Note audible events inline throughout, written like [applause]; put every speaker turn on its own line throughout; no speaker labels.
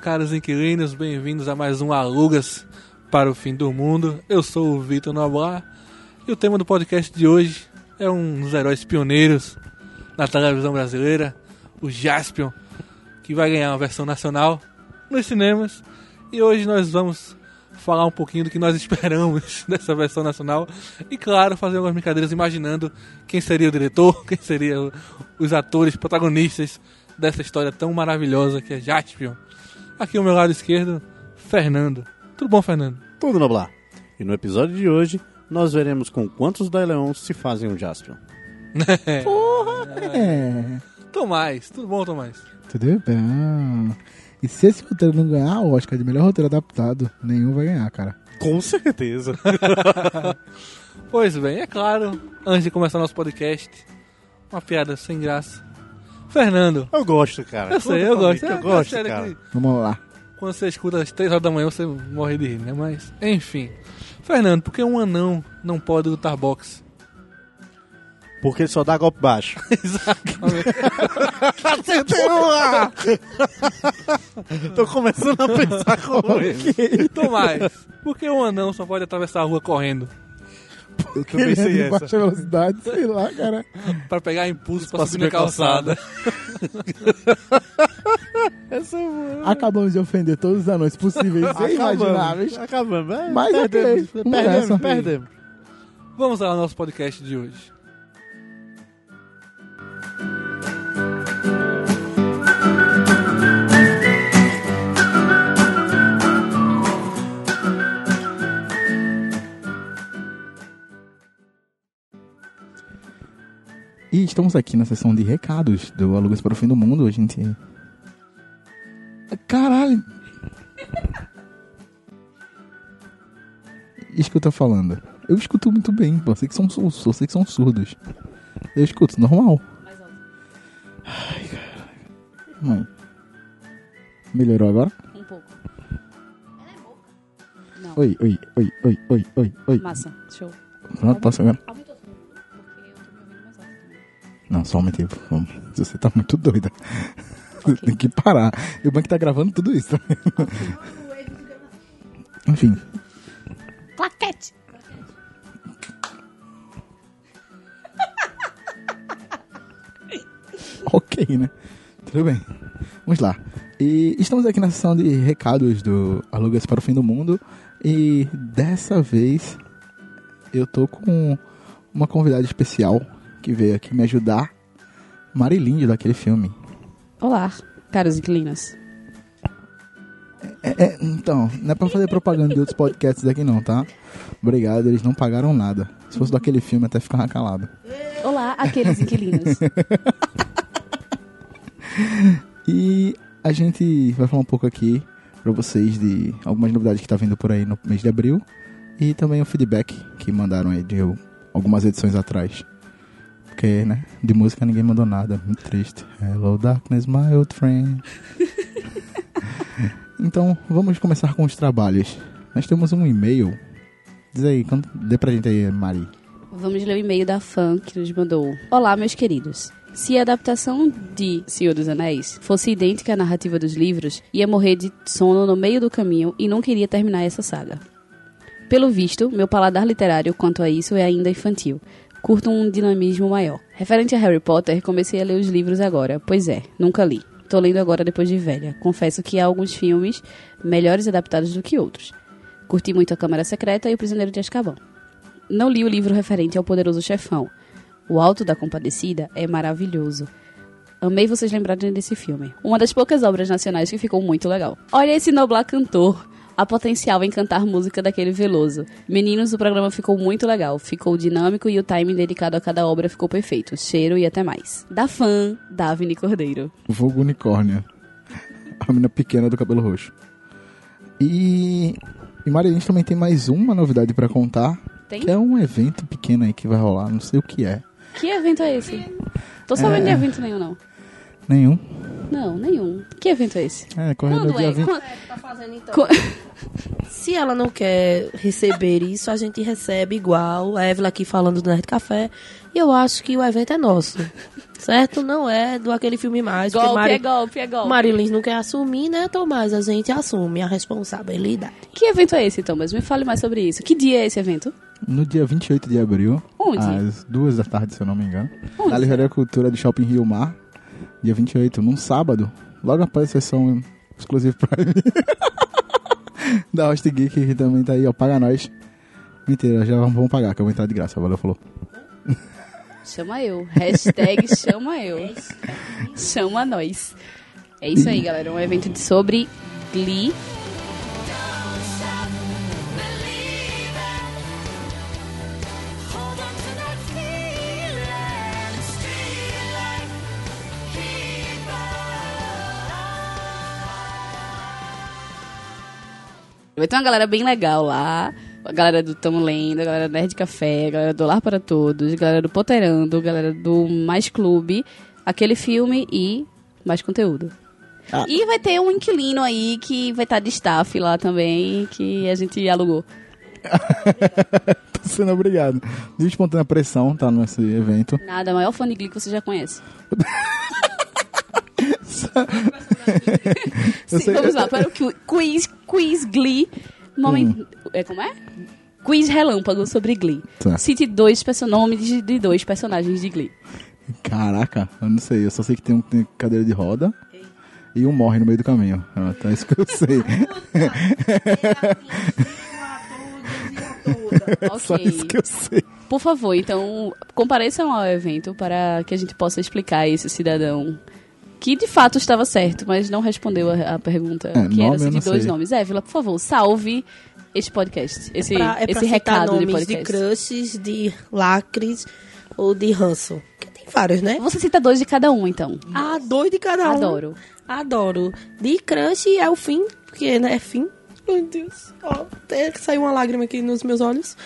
caros inquilinos, bem-vindos a mais um Alugas para o Fim do Mundo. Eu sou o Vitor Noblar e o tema do podcast de hoje é um dos heróis pioneiros na televisão brasileira, o Jaspion, que vai ganhar uma versão nacional nos cinemas. E hoje nós vamos falar um pouquinho do que nós [laughs] esperamos dessa versão nacional e, claro, fazer algumas brincadeiras imaginando quem seria o diretor, [laughs] quem seriam os atores protagonistas dessa história tão maravilhosa que é Jaspion. Aqui ao meu lado esquerdo, Fernando. Tudo bom, Fernando?
Tudo Noblar. E no episódio de hoje, nós veremos com quantos Daileons se fazem um Jaspion.
É,
Tomás, tudo bom, Tomás?
tudo bem. E se esse roteiro não ganhar o Oscar de melhor roteiro adaptado, nenhum vai ganhar, cara.
Com certeza.
Pois bem, é claro, antes de começar nosso podcast, uma piada sem graça. Fernando,
Eu gosto, cara.
eu sei, eu
Totalmente,
gosto.
Eu
É,
gosto,
sério
cara.
que
Vamos lá.
quando você escuta às 3 horas da manhã, você morre de rir, né? Mas, enfim. Fernando, por que um anão não pode lutar boxe? [laughs]
Porque ele só dá golpe [laughs] baixo.
Exatamente.
[laughs] Tô começando a pensar como ele.
Tomás, por que um anão só pode atravessar a rua correndo?
Eu
Ele anda em [laughs] baixa velocidade, sei lá, cara.
Pra pegar impulso pra
Pra
subir na
subir a
calçada.
calçada.
Acabamos de ofender todos os
[laughs]
anões possíveis e imagináveis.
Acabamos. Acabamos. É,
Mas ok,
perdemos.
vamos nessa.
Perdemos, perdemos.
Vamos lá ao nosso podcast de hoje.
E estamos aqui na sessão de recados do Alugas para o Fim do Mundo. A gente. Caralho! [laughs] Isso que eu tô falando. Eu escuto muito bem, pô. Vocês que são, sur- sur- vocês que são surdos. Eu escuto, normal. Ai, caralho. Mãe. Melhorou agora?
Um pouco. é Não.
Oi, oi, oi, oi, oi, oi, oi. né?
Massa. Show.
Pronto, posso agora?
Aumentou todo mundo, porque eu tô me ouvindo mais alto também.
Não, só um minutinho. vamos. Você tá muito doida. [laughs]
Ok.
Tem que parar. E o banco tá gravando tudo isso. [laughs] Enfim.
Claquete!
Ok, né? Tudo bem. Vamos lá. E estamos aqui na sessão de recados do Alugas para o Fim do Mundo. E dessa vez eu tô com uma convidada especial que veio aqui me ajudar. Marilinde, daquele filme.
Olá, caros inquilinos.
É, é, então, não é pra fazer propaganda de outros podcasts aqui não, tá? Obrigado, eles não pagaram nada. Se fosse daquele filme, até ficava calado.
Olá, aqueles [laughs] inquilinos.
E a gente vai falar um pouco aqui pra vocês de algumas novidades que tá vindo por aí no mês de abril e também o feedback que mandaram aí de algumas edições atrás. Porque, né, de música ninguém mandou nada, muito triste. Hello darkness, my old friend. então, vamos começar com os trabalhos. Nós temos um e-mail. Diz aí, quando- dê pra gente aí, Mari.
Vamos ler o e-mail da fã que nos mandou. Olá, meus queridos. Se a adaptação de Senhor dos Anéis fosse idêntica à narrativa dos livros, ia morrer de sono no meio do caminho e não queria terminar essa saga. Pelo visto, meu paladar literário quanto a isso é ainda infantil. Curto um dinamismo maior. Referente a Harry Potter, comecei a ler os livros agora. Pois é, nunca li. Tô lendo agora depois de velha. Confesso que há alguns filmes melhores adaptados do que outros. Curti muito A Câmara Secreta e O Prisioneiro de Azkaban. Não li o livro referente ao Poderoso Chefão. O Alto da Compadecida é maravilhoso. Amei vocês lembrarem desse filme. Uma das poucas obras nacionais que ficou muito legal. Olha esse noblar cantor. A potencial em cantar música daquele Veloso. Meninos, o programa ficou muito legal. Ficou dinâmico e o timing dedicado a cada obra ficou perfeito. Cheiro e até mais. Da fã, Davine Cordeiro.
Vulgo unicórnio. A menina pequena do cabelo roxo. E, e Marilyn também tem mais uma novidade pra contar.
Tem?
Que é um evento pequeno aí que vai rolar, não sei o que é.
Que evento é esse? Tô sabendo de evento nenhum, não.
Nenhum.
Não, nenhum. Que evento é esse?
É, correndo
Quando
dia
é?
20.
Quando...
Tá fazendo então.
Qu-
Se ela não quer receber isso, a gente recebe igual. A Evelyn aqui falando do Nerd Café. E eu acho que o evento é nosso. Certo? Não é do aquele filme mais.
Golpe,
que Mari...
é golpe, é golpe.
Marilins não quer assumir, né, Tomás? A gente assume a responsabilidade.
Que evento é esse, Thomas? Me fale mais sobre isso. Que dia é esse evento?
No dia 28 de abril,
Onde?
às duas da tarde, se eu não me engano,
Onde?
na Livraria Cultura do Shopping Rio Mar, dia 28, num sábado, logo após a sessão exclusiva pra mim, [laughs] da Host Geek, que também tá aí, ó, paga nós. Mentira, já vamos pagar, que eu vou entrar de graça, valeu, falou.
Chama eu. Hashtag chama eu. Chama nós. É isso aí, galera. Um evento de sobre Glee. Vai ter uma galera bem legal lá. A galera do Tamo Lendo, a galera do Nerd Café, a galera do Lar para Todos, a galera do Poterando, a galera do Mais Clube, aquele filme e mais conteúdo. E vai ter um inquilino aí que vai estar de staff lá também, que a gente alugou.
Tô sendo obrigado. Livre Espontânea Pressão tá nesse evento.
Nada, maior fã de Glee que você já conhece.
[laughs] Eu
Sim,
sei-
vamos lá, para o qui- quiz, quiz Glee. Momento,
Hum.
é, como é? Quiz relâmpago sobre Glee.
Tá.
Cite dois perso- nomes de, de dois personagens de Glee.
Caraca, eu não sei, eu só sei que tem um que tem cadeira de roda e um morre no meio do caminho. Então é isso que eu sei. É [laughs] só
Ok.
isso que eu sei.
Por favor, então, compareçam ao evento para que a gente possa explicar a esse cidadão que de fato estava certo, mas não respondeu a, a pergunta
É,
que
nome
era se
eu
de
não
dois
sei.
nomes. Évila, por favor, salve esse podcast, esse,
É pra- é pra
esse
citar
recado de
nomes
podcast.
de crushes, de lacres ou de ranço. Porque tem vários, né?
Você cita dois de cada um, então.
Ah, dois de cada um.
Adoro.
Adoro. De crush é o fim, porque né, é fim. Meu Deus. Ó, até que saiu uma lágrima aqui nos meus olhos.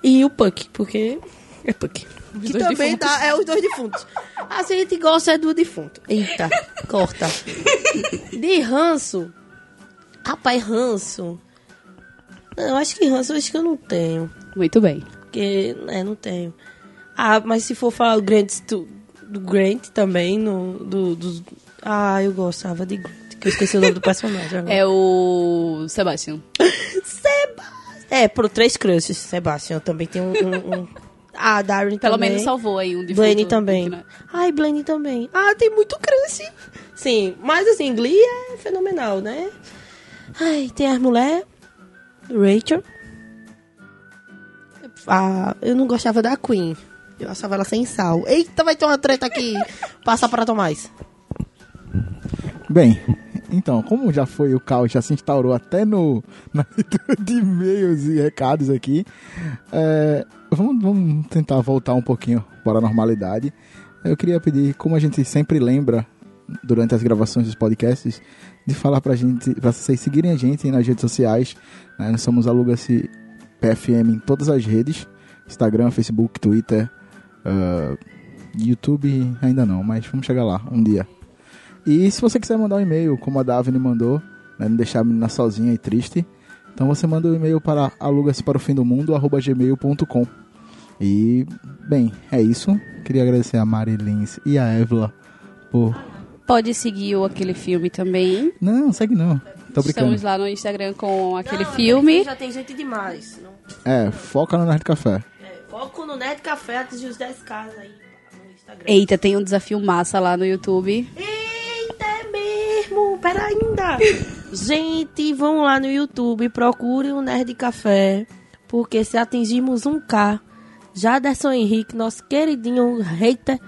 E o Puck, porque é Puck. Que
dois
também
defuntos.
tá, é os dois defuntos. A gente gosta é do defunto. Eita, corta. De ranço. Rapaz, ranço. Não, acho que ranço, acho que eu não tenho.
Muito bem.
Porque, né, não tenho. Ah, mas se for falar o Grant do, do Grant também, no, do, dos- Ah, eu gostava de Grant, que eu esqueci o nome do personagem
[laughs]
agora.
É o Sebastian.
É, pro Três Crushes, Sebastian também tem um... um, um... Ah, Darren
Pelo
também.
menos salvou aí um de
Blaine também. Ai, Blaine também. Ah, tem muito crush. Sim, mas assim, Glee é fenomenal, né? Ai, tem as mulheres. Rachel. Ah, eu não gostava da Queen. Eu achava ela sem sal. Eita, vai ter uma
[laughs]
treta aqui. Passa para Tomás.
Bem, então, como já foi o caos, já se instaurou até no, [laughs] na leitura de e-mails e recados aqui, é, vamos, vamos tentar voltar um pouquinho para a normalidade. Eu queria pedir, como a gente sempre lembra durante as gravações dos podcasts, de falar pra gente, pra vocês seguirem a gente nas redes sociais. né? Nós somos Aluga-se PFM em todas as redes: Instagram, Facebook, Twitter, ah, YouTube, ainda não, mas vamos chegar lá um dia. E se você quiser mandar um e-mail, como a Davi mandou, né, não deixar a menina sozinha e triste, então você manda um e-mail para aluga-se para o fim do mundo, arroba gmail.com. E, bem, é isso. Queria agradecer a Mari Lins e a Evla por.
Pode seguir o aquele filme também.
Não, segue não. Tô brincando.
Estamos lá no Instagram com aquele filme.
é Já tem gente demais. Não. É,
É, foca no Nerd Café.
foco no Nerd Café antes de os 10 caras aí no Instagram.
Eita, tem um desafio massa lá no YouTube.
Eita, é mesmo!
[laughs]
Pera ainda! Gente, vão lá no YouTube, procurem o Nerd Café, porque se atingirmos 1K, Jaderson Henrique, nosso queridinho hater,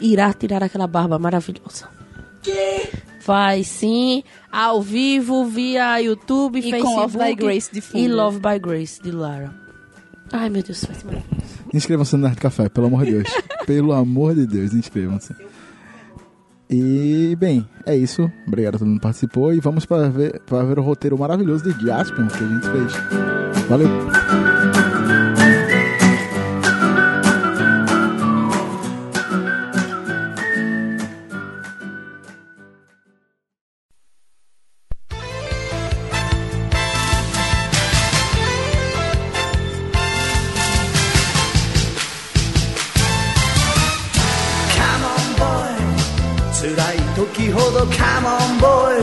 irá tirar aquela barba maravilhosa. Que? Vai sim, ao vivo, via YouTube,
E com
Facebook.
Love by Grace de fundo.
E Love by Grace de Lara. Ai, meu Deus, vai se maravilhoso.
Inscrevam-se no Nerd Café, pelo amor de Deus. pelo amor de Deus, inscrevam-se. E, bem, é isso. Obrigado a todo mundo que participou. E vamos para ver, para ver o roteiro maravilhoso de Jaspion que a gente fez. Valeu!
きほどカモンボー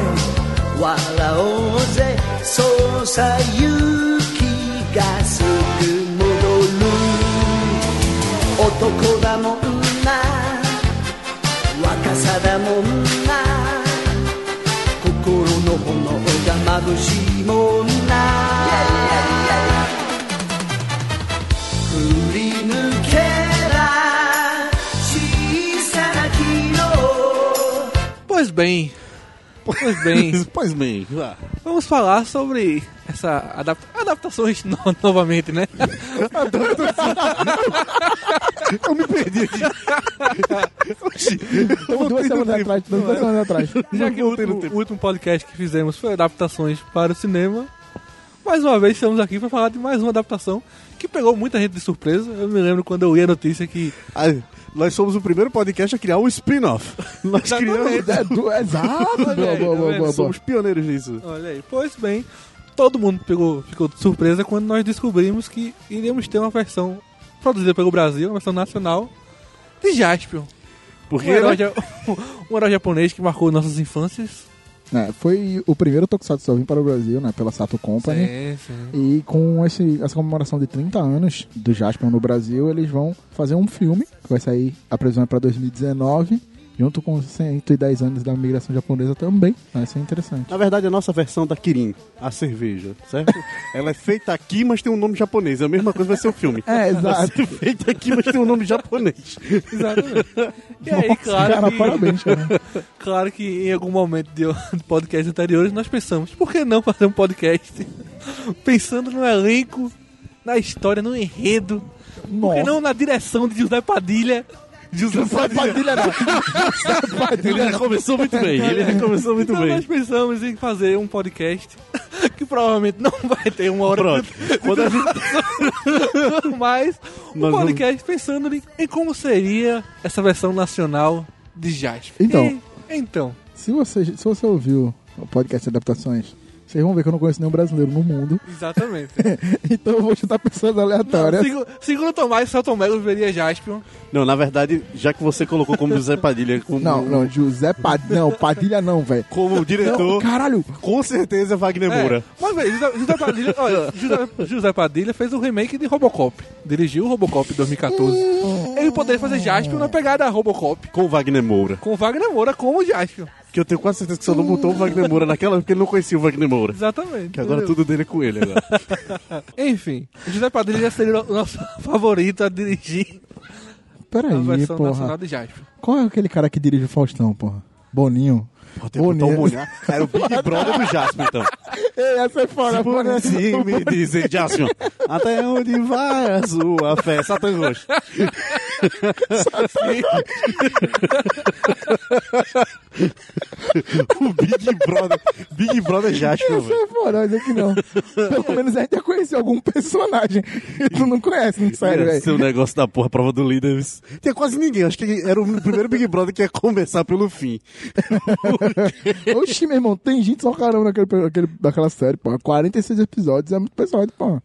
イ笑おうぜそうさ勇気がすぐ戻る男だもんな若さだもんな心の炎が眩しいもんな振り抜けば小さな昨日
Pois bem. Pois
[laughs]
bem.
Pois bem, vá.
Vamos falar sobre essa adap- adaptações no- [laughs] novamente, né?
Eu me perdi aqui.
Então, duas semanas atrás, duas semanas atrás.
Já que o último, o último podcast que fizemos foi adaptações para o cinema. Mais uma vez estamos aqui para falar de mais uma adaptação que pegou muita gente de surpresa. Eu me lembro quando eu li a notícia que
Ai, Nós somos o primeiro podcast a criar um spin-off. [laughs] Nós criamos.
É, du- Exato! Boa, boa, boa, boa, boa.
Somos pioneiros disso.
Olha aí, pois bem, todo mundo pegou, ficou de surpresa quando nós descobrimos que iríamos ter uma versão produzida pelo Brasil, uma versão nacional, de Jaspion. Um
Porque
herói, ja- um herói japonês que marcou nossas infâncias.
É, foi o primeiro Tokusatsu a vir para o Brasil, né? Pela Sato Company.
Sim, sim.
E com esse- essa comemoração de 30 anos do Jaspion no Brasil, eles vão fazer um filme que vai sair, a previsão é para 2019, junto com os 110 anos da migração japonesa também. Vai ser interessante.
Na verdade, a nossa versão da Kirin, a cerveja,
[laughs]
certo? Ela é feita aqui, mas tem um nome japonês. É a mesma coisa vai ser o filme.
É,
Ela
exato.
é feita aqui, mas tem um nome
[laughs]
japonês.
Exatamente. E aí,
Nossa,
claro,
cara,
que,
parabéns, cara.
claro que em algum momento de [laughs] de podcasts anteriores nós pensamos, por que não fazer um podcast [laughs] pensando no elenco, na história, no enredo, por que
Nossa.
não na direção de José Padilha? Então José
Padilha não.
Ele já começou muito bem. Ele já começou muito
Então
bem.
nós pensamos em fazer um podcast [laughs] que provavelmente não vai ter uma hora
Pronto. Quando a gente-
mais. Um
Nós
podcast pensando em, em como seria essa versão nacional de Jasper.
Então.
E- então.
Se você, se você ouviu o podcast de adaptações, vocês vão ver que eu não conheço nenhum brasileiro no mundo. [laughs]
[laughs]
Exatamente.
Então eu vou chutar pessoas
Então,
aleatórias.
Segu- Segundo Tomás, Celton Mello veria Jaspion.
Não, na verdade, já que você colocou como José Padilha, como,
Não, não, José Padilha. Não, Padilha não, velho.
como
Não,
diretor,
caralho.
com certeza é Wagner Moura.
Mas velho, José, José
[laughs]
Padilha, olha, José, José Padilha fez o remake de Robocop. Dirigiu o Robocop 2014. Ele poderia fazer Jaspion na pegada Robocop.
Com Wagner Moura.
Com Wagner Moura como Jaspion.
Que eu tenho quase certeza que só não botou o Wagner Moura naquela porque ele não conhecia o Wagner Moura.
Exatamente.
Que agora tudo dele é com ele agora.
Enfim, José Padilha já seria o nosso [laughs] favorito a dirigir a
Peraí,
versão nacional
porra.
de Jasper.
Qual é aquele cara que dirige o Faustão, porra? Boninho.
Tem que botar o Monhar. Era o Big Brother do Jasper, então.
Ei, essa é fora,
Se por
fora.
assim me dizem, Jasper, até onde vai a sua fé? Satan Roxo. [laughs] o Big Brother, Big Brother Jasper,
Essa
velho.
é fora, mas é que não. Pelo menos a gente já conheceu algum personagem que tu não conhece, não sério,
Era
velho.
seu negócio da porra, prova do líder. isso. Tinha quase ninguém. Acho que era o primeiro Big Brother que ia começar pelo fim.
Oxi, meu irmão, tem gente só caramba naquele, naquele, naquela série, pô. 46 episódios é muito pessoal, pô.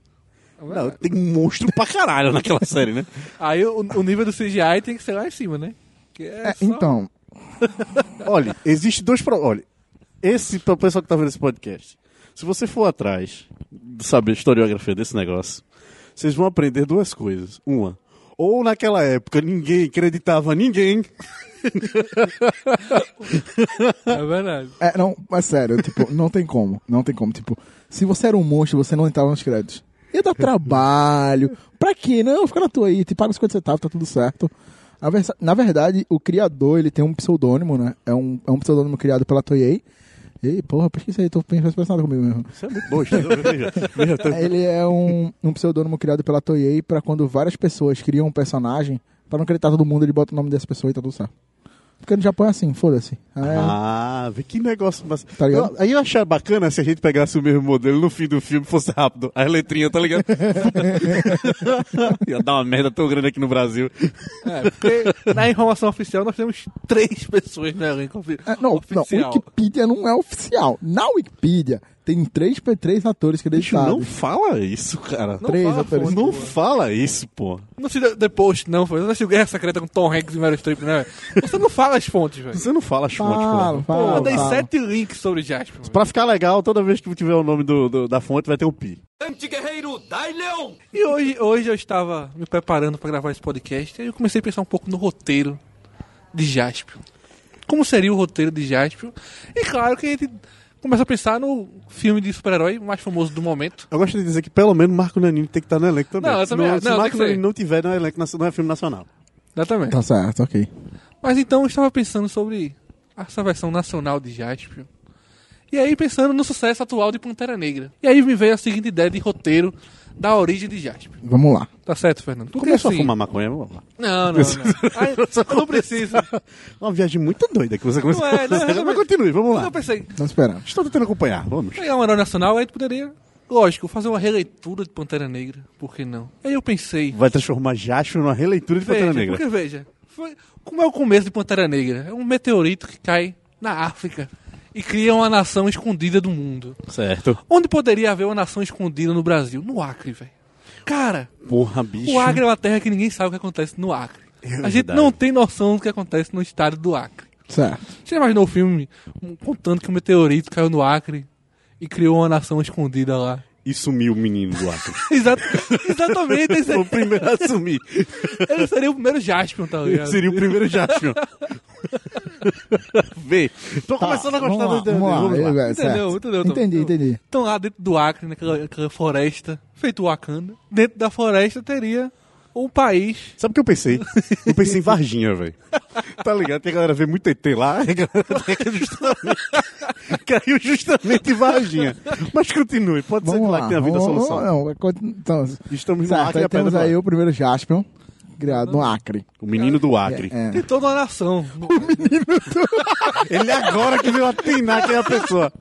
Não, tem monstro pra caralho naquela série, né?
Aí o, o nível do CGI tem que ser lá em cima, né? Que é
É,
só-
então,
Olha, existe dois problemas. Olha, esse, para o pessoal que tá vendo esse podcast, se você for atrás de saber a historiografia desse negócio, vocês vão aprender duas coisas. Uma, ou naquela época ninguém acreditava ninguém.
É verdade.
é, não, mas sério, [laughs] tipo, não tem como, não tem como. Tipo, se você era um monstro, você não entrava nos créditos. Ia dar trabalho. Pra quê? Não, fica na tua aí, te paga os 50 centavos, tá tudo certo. A versa- Na verdade, o criador, ele tem um pseudônimo, né? É um, é um pseudônimo criado pela Toei. Ei, porra, pesquisa aí, tô pensando comigo mesmo.
Isso é muito bom, isso é- veja, veja, tá-
Ele é um, um pseudônimo criado pela Toei pra quando várias pessoas criam um personagem, pra não acreditar todo mundo, ele bota o nome dessa pessoa e tá tudo certo. Porque no Japão é assim, foda-se. É,
Ah, vê que negócio mas
Tá ligado?
Aí eu achava bacana se a gente pegasse o mesmo modelo no fim do filme fosse rápido. As letrinhas, tá
[laughs]
ligado? Ia dar uma merda tão grande aqui no Brasil.
É, porque na informação oficial nós temos três pessoas no elenco ofi-
É, não, não,
oficial.
Wikipedia não é oficial. Na Wikipedia Tem três, três atores
Bicho, não
acreditados.
fala isso, cara.
Não
Três
fala,
atores.
pô,
Não fala isso, pô.
Não se dê post, não, foi. Não assistiu Guerra Secreta com Tom Hanks e Meryl Streep, né, velho? Você não fala as fontes,
[laughs]
velho.
Você não fala chute,
Fala,
pô.
Eu
fala.
mandei
fala.
sete links sobre Jasper. velho.
Pra ficar legal, toda vez que tiver o nome do, do- da fonte, vai ter um pi.
E hoje, hoje eu estava me preparando para gravar esse podcast e aí eu comecei a pensar um pouco no roteiro de Jaspio. Como seria o roteiro de Jaspio? E claro que a gente começa a pensar no filme de super-herói mais famoso do momento.
Eu gosto de dizer que pelo menos Marco Nanini tem que estar no elenco também.
Não, eu também acho.
se
Não, tem
Marco
que ser.
Nanini não tiver no elenco, nacional, não é filme nacional.
Exatamente.
Tá certo, ok.
Mas então eu estava pensando sobre essa versão nacional de Jaspio. E aí pensando no sucesso atual de Pantera Negra. E aí me veio a seguinte ideia de roteiro da origem de Jaspio.
Vamos lá.
Tá certo, Fernando? Porque,
Começou
assim-
a fumar maconha, vamos lá.
Não, não, não.
[laughs]
Ai, eu não preciso.
Uma viagem muito doida que você começou
Não
a
é,
fazer.
não,
Mas
realmente.
continue, vamos
Eu
lá.
pensei,
Estamos esperando.
Estou tentando acompanhar, vamos.
pegar um herói nacional, aí tu poderia, lógico, fazer uma releitura de Pantera Negra, por que não? Aí eu pensei,
Vai transformar Jacho numa releitura de Pantera
veja,
Negra.
porque veja, foi- como é o começo de Pantera Negra? É um meteorito que cai na África e cria uma nação escondida do mundo.
Certo.
Onde poderia haver uma nação escondida no Brasil? No Acre, velho. Cara,
Porra, bicho.
o Acre é uma terra que ninguém sabe o que acontece no Acre. A gente
É verdade.
não tem noção do que acontece no estado do Acre.
Certo.
Você imaginou o filme um, contando que um meteorito caiu no Acre e criou uma nação escondida lá? [laughs]
E sumiu o menino do Acre.
Exa- exatamente. Esse, é,
Foi o primeiro a sumir.
ele seria o primeiro Jaspion, tá [laughs] ligado?
Seria o primeiro Jacho. [laughs] Vê. Tô começando a gostar
vamos
do
lá, vamos lá.
Vamos lá.
É, certo.
Entendeu, entendeu, Tom?
Entendi, entendi.
Então lá dentro do Acre, naquela aquela floresta, feito Wakanda, dentro da floresta teria um país.
Sabe o que eu pensei? Eu pensei em Varginha, velho. Tá ligado? Tem a galera vê muito ET lá, [laughs] e a galera caiu justamente, caiu justamente em Varginha. Mas continue, pode ser que
Vamos
lá,
lá.
tenha havido a
vamos-
solução.
Não, é quando- então,
Estamos no
certo,
Acre,
aí
a pedra
temos
do
aí
Acre.
o primeiro Jaspion, criado no Acre.
O menino do Acre.
É.
Tem toda uma nação. Então,
Ele é agora que veio atinar quem é a pessoa.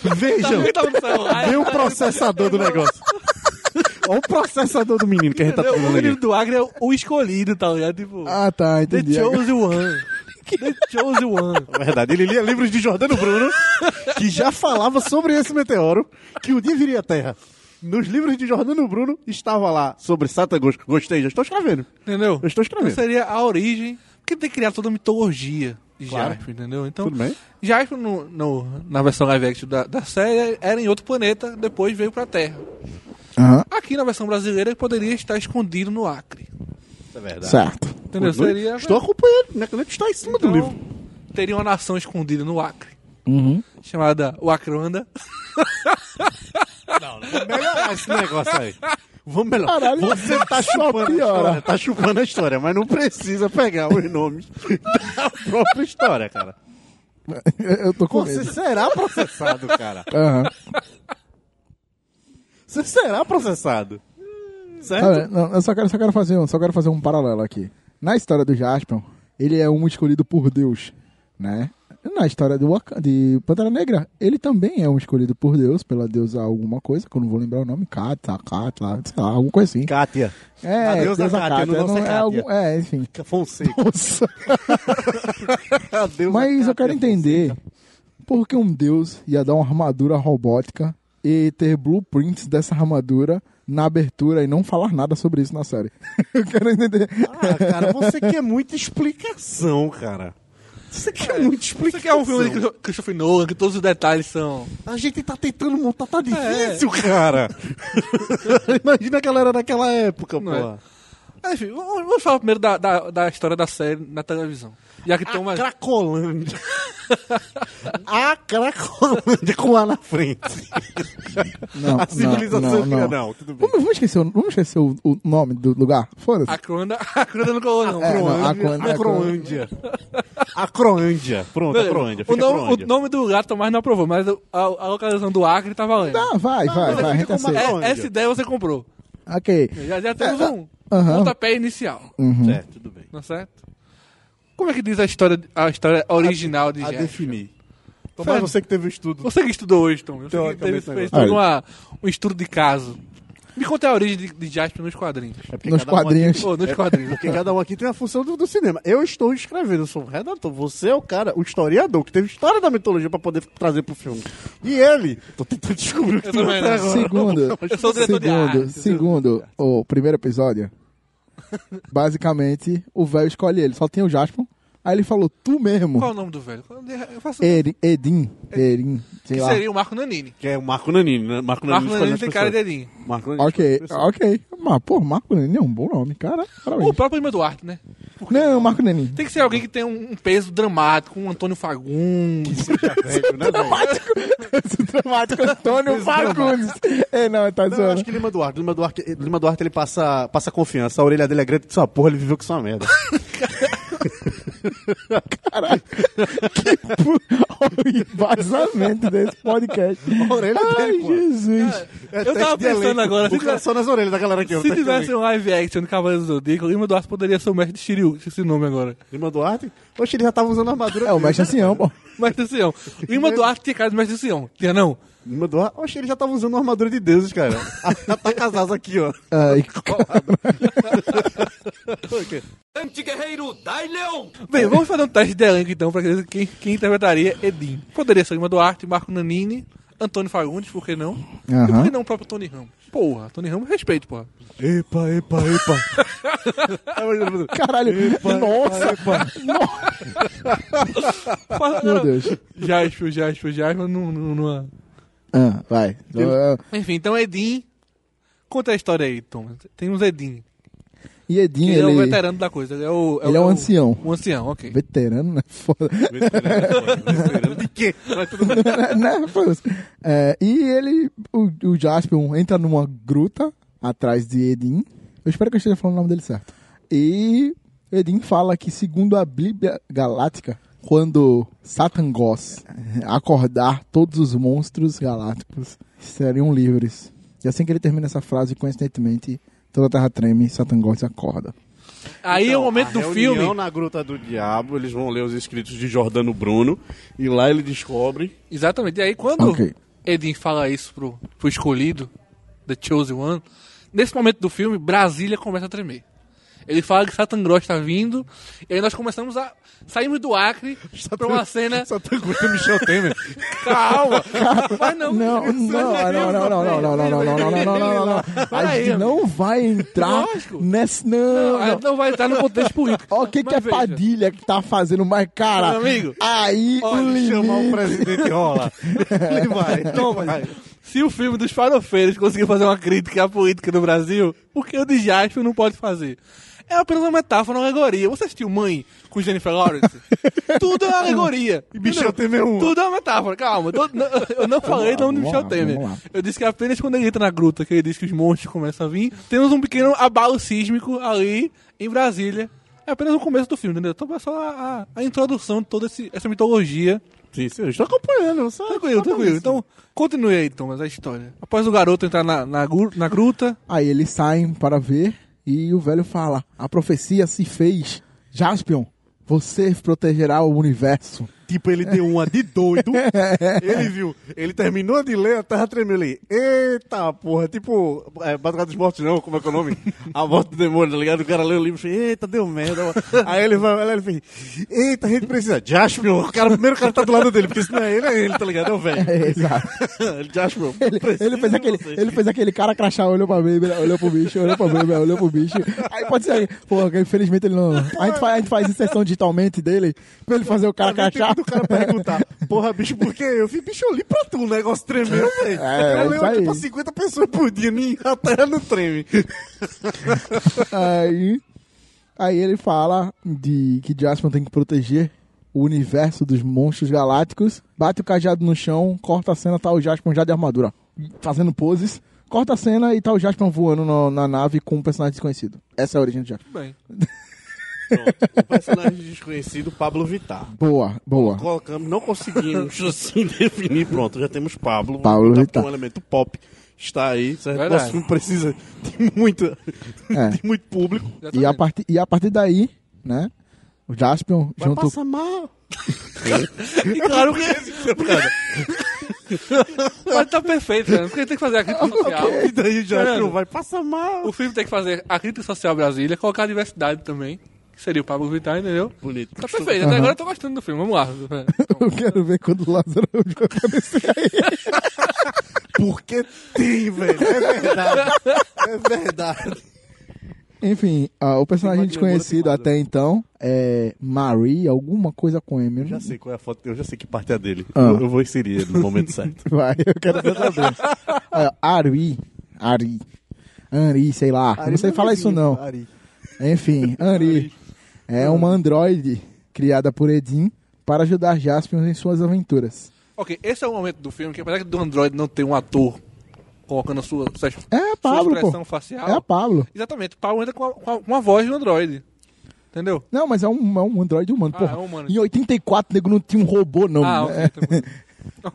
[laughs]
Vejam,
Tá no celular,
vê o processador do negócio. Olha o processador do menino que a gente tá
entendeu? O
falando
menino
ali.
do Acre é o escolhido, tá ligado? Tipo,
Ah, tá,
The
entendi.
Chosen
[laughs]
One. The Chosen One.
Na É verdade, ele lia livros de Jordano Bruno, que já falava sobre esse meteoro, que um dia viria à Terra. Nos livros de Jordano Bruno estava lá sobre Satagos. Gostei, já estou escrevendo.
Entendeu?
Eu estou escrevendo.
Então seria a origem. Porque tem que criar toda a mitologia de
Claro.
Jasper, entendeu? Então,
Tudo bem.
Jasper, no, no- na versão live action da, da série, era em outro planeta, depois veio pra Terra.
Aham,
Aqui na versão brasileira, ele poderia estar escondido no Acre.
É verdade.
certo.
Entendeu? Seria.
Estou acompanhando, né? Quando está em cima
então,
do livro.
Teria uma nação escondida no Acre.
Uhum.
Chamada Wakanda.
Melhorar esse negócio aí. Vamos melhorar.
Caralho,
Você tá chupando a
piora.
história, tá chupando a história, mas não precisa pegar os nomes da própria história, cara.
Eu tô com
Você
medo.
será processado, cara.
Aham.
Você será processado.
Tá
Certo?
bem, não, eu só quero, só quero fazer um, só quero fazer um paralelo aqui. Na história do Jaspion, ele é um escolhido por Deus, né? Na história do Waka- de Pantera Negra, ele também é um escolhido por Deus, pela deusa alguma coisa, que eu não vou lembrar o nome, Kata, Katla, sei lá, alguma coisa assim.
Kátia.
É,
a deusa Cátia,
Cátia,
no nosso é
é,
Cátia.
algum- é, enfim.
Fonseca.
Nossa.
A deusa
Mas eu
Cátia
quero entender
Fonseca.
por que um deus ia dar uma armadura robótica e ter blueprints dessa armadura na abertura e não falar nada sobre isso na série. [laughs] Eu quero entender.
Ah, cara, você quer muita explicação, cara. Você quer muita
Isso
explicação.
aqui é um filme de Christo- Christopher Nolan, que todos os detalhes são.
A gente tá tentando montar, tá difícil,
É. [laughs]
cara. Imagina a galera daquela época,
Não
pô.
é. Mas, enfim, vamos vamos falar primeiro da, da, da história da série na televisão. Já que
A
tem uma.
Cracolândia. a Cracolândia com A na frente.
Não,
a civilização
não, não,
cria-
não.
não, tudo bem.
Vamos, vamos esquecer, o, vamos esquecer o, o nome do lugar? Foda-se.
A Cronda, [laughs] a Cronda não colou, não.
É, não, a
Croândia.
Croândia-
A Croândia. A Croândia. Pronto, a
Beleza.
Croândia.
O
Fica a
nome,
Croândia.
o nome do lugar Tomás não aprovou, mas a, a localização do Acre tá valendo.
Ah, vai, vai,
mas
vai, a gente
fica É, com uma-
aceita.
É, essa ideia você comprou.
Ok.
Já, já temos um
aham.
pontapé inicial,
Uhum.
Certo, tudo bem.
não é certo? Como é que diz a história, a história original de
A
Jack?
definir. Tomás, você que teve o estudo.
Você que estudou hoje, Tom. Você que
Teoricamente,
teve, fez
negócio.
todo uma- um estudo de caso. Me conta a origem de, de Jasper nos quadrinhos.
É porque
Nos
cada um aqui-
quadrinhos.
Ou nos quadrinhos.
Porque cada um aqui tem a função do, do cinema. Eu estou escrevendo, eu sou um redator. Você é o cara, o historiador, que teve história da mitologia pra poder trazer pro filme. E ele, tô tentando descobrir o que tá
Eu também
até
não.
agora.
Segundo,
Eu sou o diretor de
segundo,
arte.
segundo, o primeiro episódio, basicamente, o velho escolhe ele, só tem o Jasper. Aí ele falou, tu mesmo,
Qual é o nome do velho? Eu faço.
Eri- Edin, Erin, sei
que
lá.
seria o Marco Nanini.
Que é o Marco Nanini, né? Marco
Marco
Nanini, escolhe
Nanini
as
tem
pessoas.
cara de dedinho.
Marco Nanini escolhe
Ok,
as pessoas.
ok. Mas, pô, Marco Neném é um bom nome, cara.
Ou
Parabéns.
o próprio Lima Duarte, né?
Não, Marco Neném.
Tem que ser alguém que tem um, um peso dramático, um Antônio Fagundes.
Velho, né, velho?
[laughs] Esse dramático é Antônio Fagundes. É, não, tá
Não, eu
zoando.
acho que Lima Duarte. Lima Duarte, Lima Duarte ele passa, passa confiança. A orelha dele é grande de sua porra, ele viveu com sua merda.
Caralho. Que pu- [laughs] vazamento desse podcast.
A orelha
Ai,
dele, pô.
Jesus.
É
[laughs] Eu
teste
tava
de
pensando
elenco.
agora,
O
se
cara
tivesse-
só nas orelhas da galera aqui. ó,
Se
teste de
tivesse um live action de Cavaleiros do Zodíaco, Lima Duarte poderia ser o mestre de Shiryu, esse nome agora.
elenco. Lima Duarte? Oxe, ele já tava usando a armadura.
É o
dele.
mestre ancião, pô.
Mestre Sião. Lima Duarte tinha cara de mestre Sião. Tinha não?
Lima Duarte? Oxe, ele já tava usando a armadura de deuses,
[laughs]
cara. Já tá casado aqui, ó.
[laughs] Ai,
Bem, vamos fazer um teste de elenco então pra ver quem, quem interpretaria Edim. Poderia ser Lima Duarte, Marco Nanini, Antônio Fagundes, por que não? E por
Aham.
que não o próprio Tony Ramos? Porra, Tony Ramos, respeito, porra.
Epa, epa, epa.
[laughs] Caralho. Nossa.
Porra,
Ah, Meu Deus.
Jasper, Jasper, Jasper, não, não, não-
Ah, vai.
Enfim, então Edim. Conta a história aí, Thomas. Tem uns Edim.
E Edinho,
Ele, é o
ele...
veterano da coisa. Ele é o,
Ele é um
o-
ancião.
O ancião, ok.
Veterano, né? Foda.
De quê? Mas tudo bem.
né? Foda-se. É, e ele, o, o Jasper, entra numa gruta atrás de Edin. Eu espero que eu esteja falando o nome dele certo. E Edin fala que, segundo a Bíblia Galáctica, quando Satangos acordar todos os monstros galácticos, seriam livres. E assim que ele termina essa frase, coincidentemente, toda a Terra treme, Satangos acorda.
Aí é o
Então,
momento
a
do
reunião
filme.
na Gruta do Diabo, eles vão ler os escritos de Jordano Bruno. E lá ele descobre.
Exatamente. E aí quando
Ok.
Edin fala isso pro, pro escolhido, The Chosen One, nesse momento do filme, Brasília começa a tremer. Ele fala que Satan Gross tá vindo, e aí nós começamos a. Saímos do Acre pra uma cena.
Só tá com o Michel Temer.
Calma! Mas não,
Não, não, não, não, não, não, não, não, não, não, não, não, não, não, não. A gente não vai entrar
Lógico.
nesse. Não,
A
não.
gente não vai entrar no contexto político.
Ó, o que, que
Mas
é
veja,
Padilha que tá fazendo? Mas, cara,
Meu amigo,
aí o
Pode chamar o
limite...
presidente rola. [laughs] Ele vai.
Thomas,
Vai.
se o filme dos farofeiros conseguir fazer uma crítica à política no Brasil, por que o de Jasper não pode fazer? É apenas uma metáfora, uma alegoria. Você assistiu Mãe com Jennifer
[laughs]
Lawrence? Tudo é uma alegoria.
E Michel
Entendeu?
Temer é uma.
Tudo é uma metáfora, calma. Tô- não- eu não falei do nome do
vamos
Michel
lá,
Temer.
vamos lá.
Eu disse que apenas quando ele entra na gruta, que ele diz que os monstros começam a vir, temos um pequeno abalo sísmico ali em Brasília. É apenas o começo do filme, entendeu? Então é só a, a- a introdução de toda esse- essa mitologia
Sim, sim, eu estou acompanhando. Só,
Tranquilo, tranquilo. Então, continue aí, Thomas, a história. Após o garoto entrar na, na, gru- na gruta,
Aí eles saem para ver e o velho fala, a profecia se fez. Jaspion, você protegerá o universo. [laughs]
Tipo, ele deu uma de doido. ele viu. Ele terminou de ler, a terra tremeu ali. Eita porra. Tipo, é, Batalha dos Mortos, não, como é que é o nome? A volta do demônio, tá ligado? O cara leu o livro e fez, eita, deu merda. Aí ele vai, olha, ele fez, eita, a gente precisa. Jaspion, o cara, o primeiro cara tá do lado dele, porque se não é ele, é ele, tá ligado? É o velho. [laughs]
É, exato.
Jaspion.
[laughs]
Ele, ele fez aquele, ele fez aquele cara crachá, olhou pra mim, né? olhou pro bicho, olhou pra mim, né? olhou pro bicho. Aí pode ser, pô, infelizmente ele não... A gente faz, a gente faz inserção digitalmente dele pra ele fazer o
É
cara
Aí tem
crachá.
do cara perguntar, porra, bicho, por quê? Eu fiz, bicho, eu li pra tu, o negócio tremeu, velho.
É, é
eu
isso aí.
leio, tipo, 50 pessoas por dia, nem a terra não treme.
Aí, aí ele fala de que Jasper tem que proteger o universo dos monstros galácticos. Bate o cajado no chão, corta a cena, tá o Jasper já de armadura, fazendo poses. Corta a cena e tá o Jasper voando no- na nave com um personagem desconhecido. Essa é a origem do Jasper.
bem,
O personagem desconhecido, Pablo Vittar.
Boa, boa.
Colocamos, não [laughs] conseguimos assim definir, pronto, já temos Pablo.
Pablo
Tá com
Vittar.
Um elemento pop. Está aí, certo?
Verdade.
Nosso filme precisa de muito,
É.
de muito público.
E a, partir, e a partir daí, né? O Jasper
Vai
junto.
passar mal.
E claro que
Cara,
Mas tá perfeito, né? Porque tem que fazer a
[laughs]
crítica social.
E daí já
Fernando.
não vai passar mal.
O filme tem que fazer a crítica social Brasília, colocar a diversidade também, que seria o Pablo Vittar, entendeu?
Bonito.
Tá perfeito, até agora eu tô gostando do filme, vamos lá.
[laughs] Eu quero ver quando o Lázaro [laughs] vai aparecer aí.
Porque tem, velho. É verdade. É verdade.
Enfim, ah, o personagem
Wagner Moura
desconhecido
tem nada.
até então é Marie, alguma coisa com M. eu
Já
não-
sei qual é a foto. Eu já sei que parte é dele.
Ah.
Eu, eu vou inserir ele no [laughs] momento certo.
[laughs] Vai, eu quero ver também. Olha, Ari, Ari, Ari, sei lá, eu não sei falar isso não.
Ari.
Enfim, Ari é uma androide criada por Edin para ajudar Jaspion em suas aventuras.
[laughs] ok, esse é o momento do filme que apesar do Android não ter um ator colocando a sua, sua,
É a
sua
Pablo,
expressão
pô.
facial,
É a Pablo.
exatamente, o Paulo entra com a, com a- com a voz do Android, entendeu?
Não, mas é um, é um androide humano,
Ah,
porra.
é humano.
Em 84, nego, não tinha um robô, não.
ah, ok.
É. [laughs]
tá bom.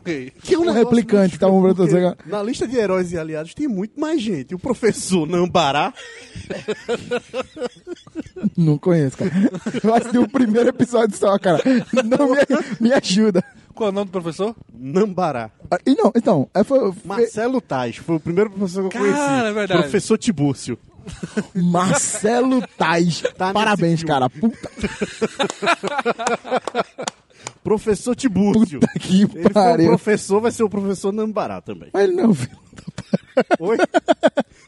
[laughs] ok.
Que é
Um
negócio
replicante,
muito
tá bom,
estranho,
Bruno?
porque Na lista de heróis e aliados tem muito mais gente. O professor Nambará.
Não conheço, cara. Eu assisti o primeiro episódio só, cara. Não me, me ajuda.
Qual é o nome do professor?
Nambará.
Ah, E não, então, é, foi, foi-
Marcelo Tais. Foi o primeiro professor que eu
Cara,
conheci.
é verdade.
Professor Tibúrcio.
Marcelo Tais.
Tá nesse
Parabéns,
filme.
cara. Puta,
Professor Tibúrcio.
puta que
Ele foi um o
pariu.
professor, vai ser o professor Nambará também.
Mas ele não viu. [laughs]
Oi?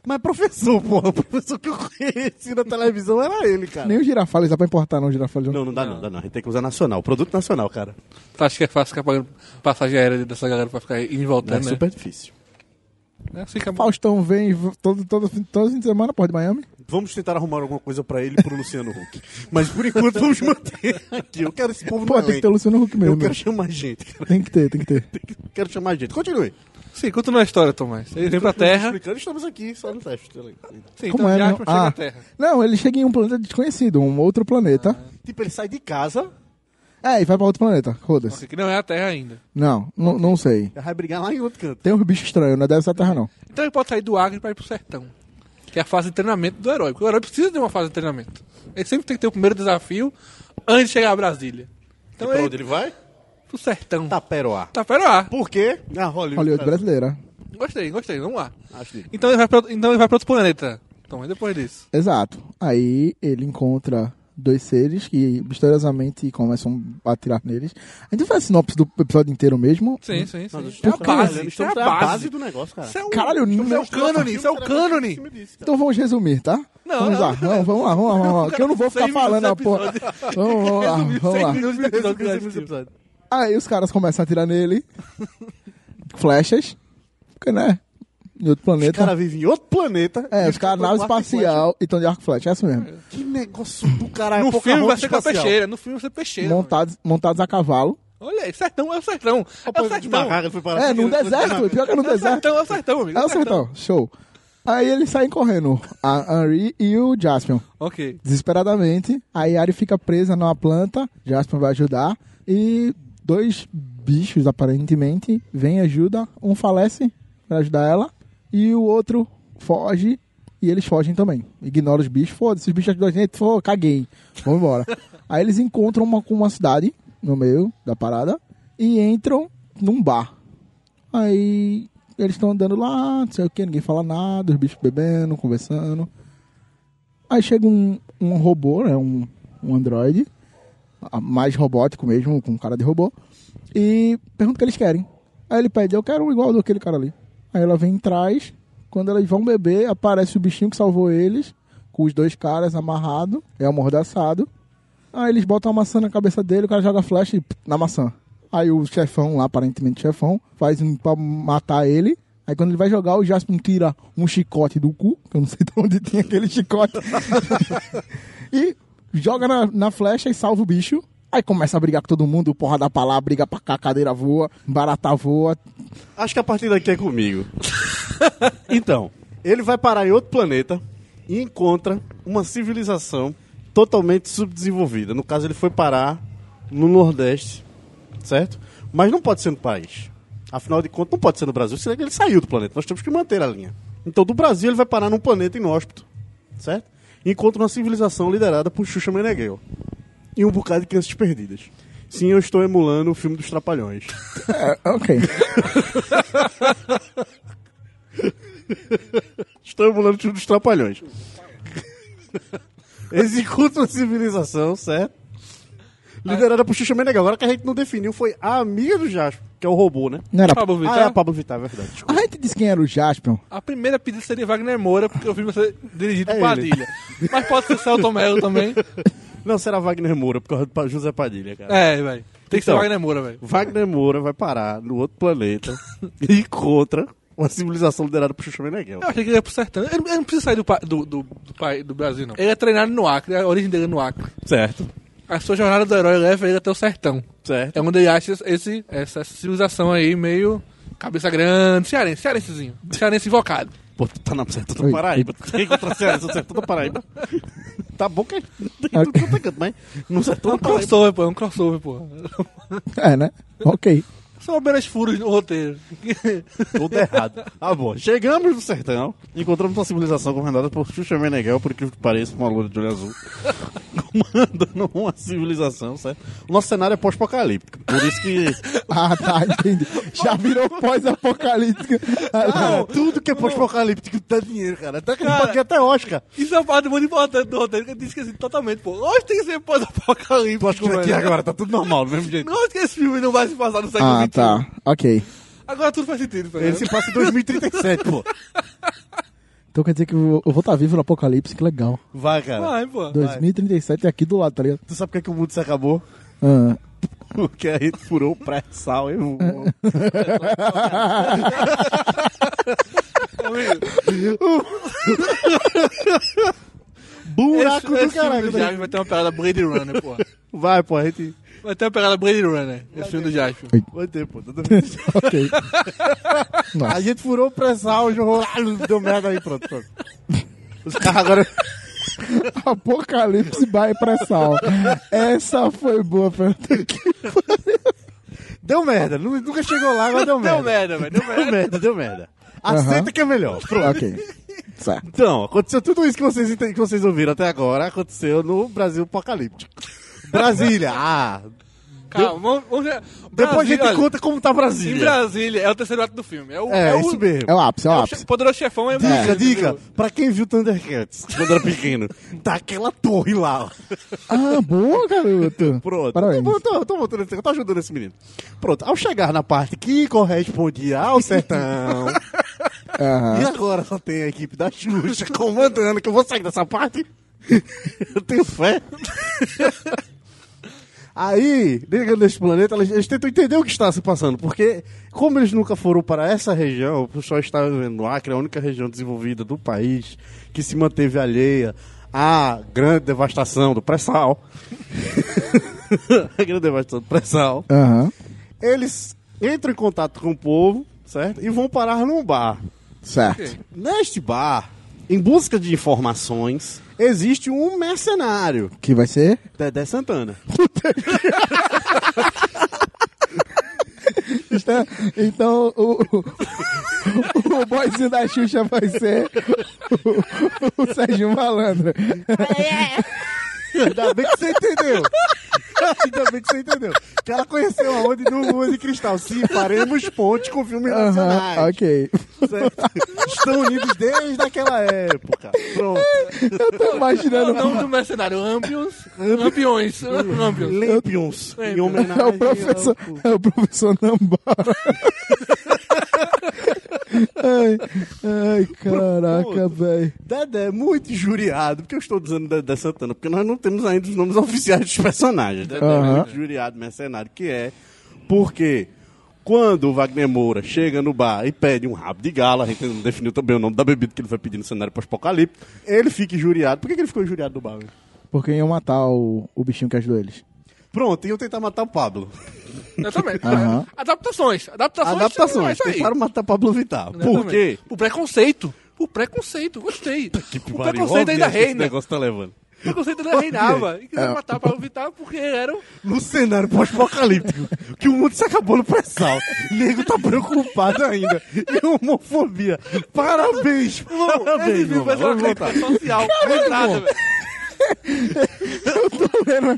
Mas professor, porra, o professor que eu conheci na televisão era ele, cara.
Nem o girafales dá pra importar, não, o girafales.
Não, não dá não, dá não. A gente tem que usar nacional, produto nacional, cara.
Tu acha que é fácil ficar pagando passagem aérea dessa galera pra ficar indo e
Não, é
voltando, né?
super difícil.
É assim que é bom.
Faustão vem v- todo, todo, fim- todo fim de semana, porra, de Miami.
Vamos tentar arrumar alguma coisa pra ele e pro Luciano Huck. Mas por [laughs] enquanto vamos manter aqui. Eu quero esse povo
Pô,
no
tem que
elenco.
ter o Luciano Huck mesmo.
Eu quero chamar gente, cara.
Tem que ter, tem que ter.
Quero chamar gente. Continue.
Sim, continua a história, Tomás. Ele vem pra Terra.
Explicando, estamos aqui, só no teste.
Sim, então
Como é,
Jasper
não?
chega
Ah,
à Terra.
não, ele chega em um planeta desconhecido, um outro planeta.
Tipo, ele sai de casa,
Ah.
É, e vai pra outro planeta. Foda-se.
Nossa, que não é a Terra ainda.
Não, não, não sei.
vai brigar lá em outro canto.
Tem uns bichos estranhos, não deve ser a Terra, não.
Então ele pode sair do Acre pra ir pro sertão. Que é a fase de treinamento do herói. Porque o herói precisa de uma fase de treinamento. Ele sempre tem que ter o primeiro desafio antes de chegar a Brasília. Então
e pra
ele
onde ele vai?
pro sertão. Tá,
Taperoá.
pera lá.
Por quê? Na Hollywood.
Hollywood é brasileira.
Gostei, gostei, vamos lá.
Acho que-
Então ele vai pra, então ele vai pra outro planeta. Então, e depois disso.
Exato. Aí ele encontra dois seres que misteriosamente começam a atirar neles. A gente faz a sinopse do episódio inteiro mesmo.
Sim, sim, sim.
Nós
É a
estamos trabalhando,
base, isso é a
estamos na
base.
do negócio, cara.
Isso é o,
Caralho,
isso é
não-
o cânone, isso é o cânone.
Então vamos resumir, tá?
Não,
vamos
não,
lá, vamos, vamos lá, vamos lá, vamos
[laughs]
lá. Que eu não vou ficar
Seis minutos
falando a
de
porra. Vamos, vamos lá,
Resumiu,
vamos
seis
lá.
minutos de episódio é que nós assistimos.
Aí os caras começam a atirar nele. Flechas. Porque, né? Em outro
Os
planeta.
caras vivem em outro planeta.
É,
E
os caras nave
tão com arco e
espacial e estão de arco e flecha, é isso mesmo.
flecha. Que negócio do caralho.
No filme vai
Pocahontas
ser com a
espacial.
peixeira. No filme vai ser peixeira. mano.
Montados, montados a cavalo.
Olha aí, sertão é o sertão. É o
Depois de
sertão.
Barraca, ele foi parar
É,
aqui,
num
ele foi
deserto,
parar-
pior que
[laughs]
é num
É o
deserto.
sertão, é o sertão, amigo.
É o sertão, show. Aí eles saem correndo, a Henry e o Jaspion,
Ok.
desesperadamente. Aí a Ari fica presa numa planta, Jaspion vai ajudar. E dois bichos, aparentemente, vêm e ajuda. Um falece pra ajudar ela, e o outro foge. E eles fogem também. Ignora os bichos, foda-se, os bichos ajudam a gente, pô, caguei. Vamos embora. Aí eles encontram uma, com uma cidade no meio da parada e entram num bar. Aí eles estão andando lá, não sei o que, ninguém fala nada, os bichos bebendo, conversando. Aí chega um, um robô, né? Um, um androide, a- mais robótico mesmo, com cara de robô, e pergunta o que eles querem. Aí ele pede, eu quero um igual do aquele cara ali. Aí ela vem atrás, quando elas vão beber, aparece o bichinho que salvou eles, com os dois caras amarrado, é amordaçado. Aí eles botam a maçã na cabeça dele, o cara joga flash e, pff, na maçã. Aí o chefão lá, aparentemente chefão, faz um pra matar ele. Aí quando ele vai jogar, o Jasper tira um chicote do cu, que eu não sei de onde tinha aquele chicote. [laughs] e joga na, na flecha e salva o bicho. Aí começa a brigar com todo mundo, porra da lá, briga pra cá, cadeira voa, barata voa.
Acho que a partir daqui é comigo. então, ele vai parar em outro planeta e encontra uma civilização totalmente subdesenvolvida. No caso, ele foi parar no Nordeste, certo? Mas não pode ser no país. Afinal de contas, não pode ser no Brasil, senão ele saiu do planeta. Nós temos que manter a linha. Então, do Brasil, ele vai parar num planeta inóspito, certo? E encontra uma civilização liderada por Xuxa Meneghel e um bocado de crianças perdidas. Sim, eu estou emulando o filme dos Trapalhões.
É, ok.
Estou emulando o filme um dos [laughs] Trapalhões. Eles encontram a civilização, certo? Liderada por Xuxa Meneghel. Agora que a gente não definiu, foi a amiga do Jasper, que é o robô, né?
Não era.
Pablo
Ah, é a
Vittar.
Pablo Vittar, é verdade. Desculpa.
A gente disse quem era o Jasper.
a primeira pedida seria Wagner Moura, porque o filme vai ser dirigido
É
por
ele.
Padilha. Mas pode ser Celton Mello também.
Não, será Wagner Moura, por causa do Pa- José Padilha, cara.
É, velho. Tem que ser
Então.
Wagner Moura, velho.
Wagner Moura vai parar no outro planeta e encontra uma civilização liderada por Xuxa Meneghel.
Eu achei que ele ia pro sertão. Ele, ele não precisa sair do, pa- do, do, do, pai- do Brasil, não. Ele é treinado no Acre, a origem dele é no Acre.
Certo,
A sua jornada do herói leva ele até o sertão.
certo.
É onde ele acha esse, essa civilização aí meio cabeça grande, cearense, cearensezinho. Cearense invocado.
Pô, tu tá na certa do
Oi.
Paraíba. Tu tem que encontrar certo, certo do Paraíba. Tá bom que [laughs] é tem tudo quanto é canto, mas no sertão do
Um
Paraíba.
crossover, pô, é um crossover, pô.
É, né? Ok.
São apenas furos no roteiro. [laughs]
Tudo [laughs] errado. Ah, bom. Chegamos no sertão, encontramos uma civilização comandada por Xuxa Meneghel, por incrível que pareça, uma loura de olho [laughs] azul. Comandando uma civilização, certo? O nosso cenário é pós-apocalíptico. Por isso que
Ah, tá, entendi. Já virou pós-apocalíptica.
Cara, tudo que é pós-apocalíptico dá dinheiro, cara. Até que ele pode ir até Oscar.
Isso é uma parte muito importante do roteiro que eu tinha esquecido totalmente, pô. Hoje tem que ser pós-apocalipse.
Tu acha que aqui agora tá tudo normal, do mesmo jeito.
Lógico que esse filme não vai se passar no século
Ah,
XXI.
tá. Ok.
Agora tudo faz sentido, tá
Ele
ligado?
se passa em 2037, pô.
Então quer dizer que eu eu vou estar vivo no apocalipse, que legal.
Vai, cara.
Vai, pô.
2037 é aqui do lado, tá ligado?
Tu sabe por que, que o mundo se acabou?
Ah, [laughs]
Porque a gente furou o pré-sal, hein? Buraco
esse,
do
esse filme
caralho. tá
do Jasper vai ter uma pegada Blade Runner, pô.
Vai, pô, a gente...
Vai ter uma pegada Blade Runner, esse filme do Jasper.
Vai ter, pô. Tudo bem.
ok.
A gente furou o pré-sal, jogou... Ah, Deu merda aí, pronto. pronto. Os caras agora...
Apocalipse by pré-sal. Essa foi boa, Fernando.
Deu merda. Nu- Nunca chegou lá, mas deu merda.
Deu merda, velho. Deu merda.
Deu merda, deu merda. Aceita
Aham.
que é melhor. Pronto.
Ok. Certo.
Então, aconteceu tudo isso que vocês, ente- que vocês ouviram até agora, aconteceu no Brasil apocalíptico. [laughs] Brasília, ah.
Calma, vamos, vamos ver.
Depois a gente
Brasília, olha,
conta como tá
Em
Brasília.
Brasília, é o terceiro ato do filme. É, o,
É,
o-
isso mesmo.
É o ápice, é o
é o che-
ápice.
poderoso chefão é, o
Dica,
Brasil.
dica, pra quem viu Thundercats quando era pequeno, tá aquela torre lá, ó.
Ah, boa, garoto.
Pronto. Tá
Parabéns.
Eu tô, eu tô botando esse- eu tô ajudando esse menino. Pronto, ao chegar na parte que correspondia ao sertão. [laughs] E agora só tem a equipe da Xuxa [laughs] comandando, que eu vou sair dessa parte. [laughs] eu tenho fé. [laughs] Aí, ligando nesse planeta, eles, eles tentam entender o que está se passando, porque como eles nunca foram para essa região, o só está vivendo no Acre, é a única região desenvolvida do país que se manteve alheia à grande devastação do pré-sal. [laughs] a grande devastação do pré-sal.
Aham.
Eles entram em contato com o povo, certo? E vão parar num bar.
Certo.
Neste bar, em busca de informações, existe um mercenário,
Que vai ser?
Dedé Santana.
Está- Então, o, o, o boyzinho da Xuxa vai ser o, o Sérgio Malandro.
É,
Ainda bem que você entendeu. [laughs] Ainda bem que você entendeu. Que ela conheceu a onda do Lua de Cristal. Sim, faremos ponte com filmes nacionais.
Aham, ok.
certo? Estão unidos desde aquela época. Pronto.
Eu tô
É O
imaginando.
nome do mercenário, Ampions. Ampions. Ampions.
Lampions. Em homenagem
É o professor,
ao-
é o professor
[laughs]
Nambara. ai, ai, caraca,
Pronto.
velho.
Dedé é muito injuriado. Por que eu estou dizendo Dedé Santana? Porque nós não temos ainda os nomes [laughs] oficiais dos personagens. Dedé é
Aham.
muito injuriado, mercenário, que é. Porque quando o Wagner Moura chega no bar e pede um rabo de gala, a gente não definiu também o nome da bebida que ele vai pedir no cenário pós-apocalipse, ele fica injuriado. Por que, que ele ficou injuriado no bar? velho?
Porque iam matar o, o bichinho que ajudou eles. [laughs]
Pronto, e eu tentar matar o Pablo.
Exatamente. né?
Aham.
Adaptações.
Tá
Adaptações. é
Adaptações.
isso aí.
Tentaram matar Pablo Vittar. Por
Exatamente.
quê?
O preconceito. O preconceito. [laughs] Gostei.
Que
o
pariu,
preconceito ainda
olha onde é que Esse
reina.
negócio tá levando.
O preconceito ainda reinava. E
É.
quiseram matar para evitar porque um [laughs] eram...
no cenário pós-apocalíptico, que o mundo se acabou no pré-sal. Nego tá preocupado ainda. E homofobia. Parabéns, parabéns,
Eles viram
mano.
essa
Vamos voltar.
crítica social. Pesada, velho.
Eu tô vendo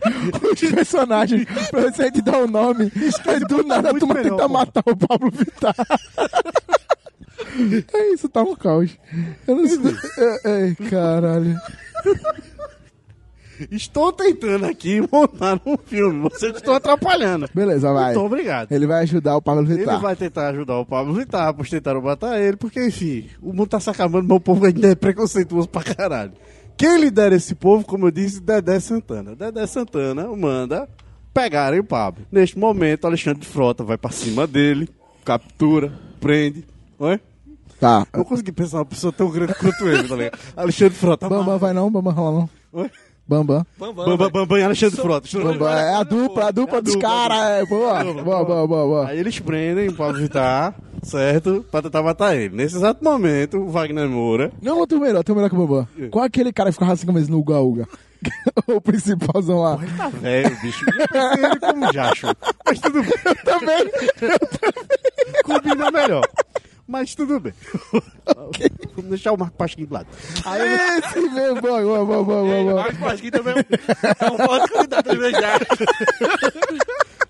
os personagens pra você te dar o nome. Aí do nada a
muito
turma
melhor,
tenta
pô.
matar o
[laughs]
Pablo Vittar. É isso, tá um caos. Eu não sei. É, é, caralho.
Estou tentando aqui montar um filme. Vocês estão atrapalhando.
Beleza, vai.
Muito obrigado.
Ele vai ajudar o Pablo
Ele
Vittar.
vai tentar ajudar o Pablo Vittar, pois tentaram matar ele, porque, enfim, o mundo tá se acabando, mas o povo ainda é preconceituoso pra caralho. Quem lidera esse povo, como eu disse, Dedé Santana. Dedé Santana manda pegarem o Pablo. Neste momento, Alexandre Frota vai pra cima dele, captura, prende. Oi?
Tá.
Não consegui pensar uma pessoa tão grande quanto ele, tá ligado? Alexandre Frota.
Bambam vai não, Bambam rola não.
Oi?
Bambam.
Bambam,
Bambam, Bambam e Alexandre Frota.
Bambam. É a dupla, a dupla dos caras. É, boa. Boa, boa, boa, boa.
Aí eles prendem o Pablo Vittar, certo? Pra tentar matar ele. Nesse exato momento, o Wagner Moura.
Não, eu tenho melhor, eu tenho melhor que o Bambam. Qual é aquele cara que ficava assim com a mesa no Uga Uga? [laughs] o principalzão lá.
Tá velho, bicho. Eu pensei ele como jacho. Mas tudo bem. Eu também.
tá
Combina melhor. Mas tudo bem. Vamos deixar o Marco Pasquim de lado. Aí
Esse mesmo, boa, boa, boa, boa, boa, boa.
Pasquim também é um forte candidato a
né?
beijar.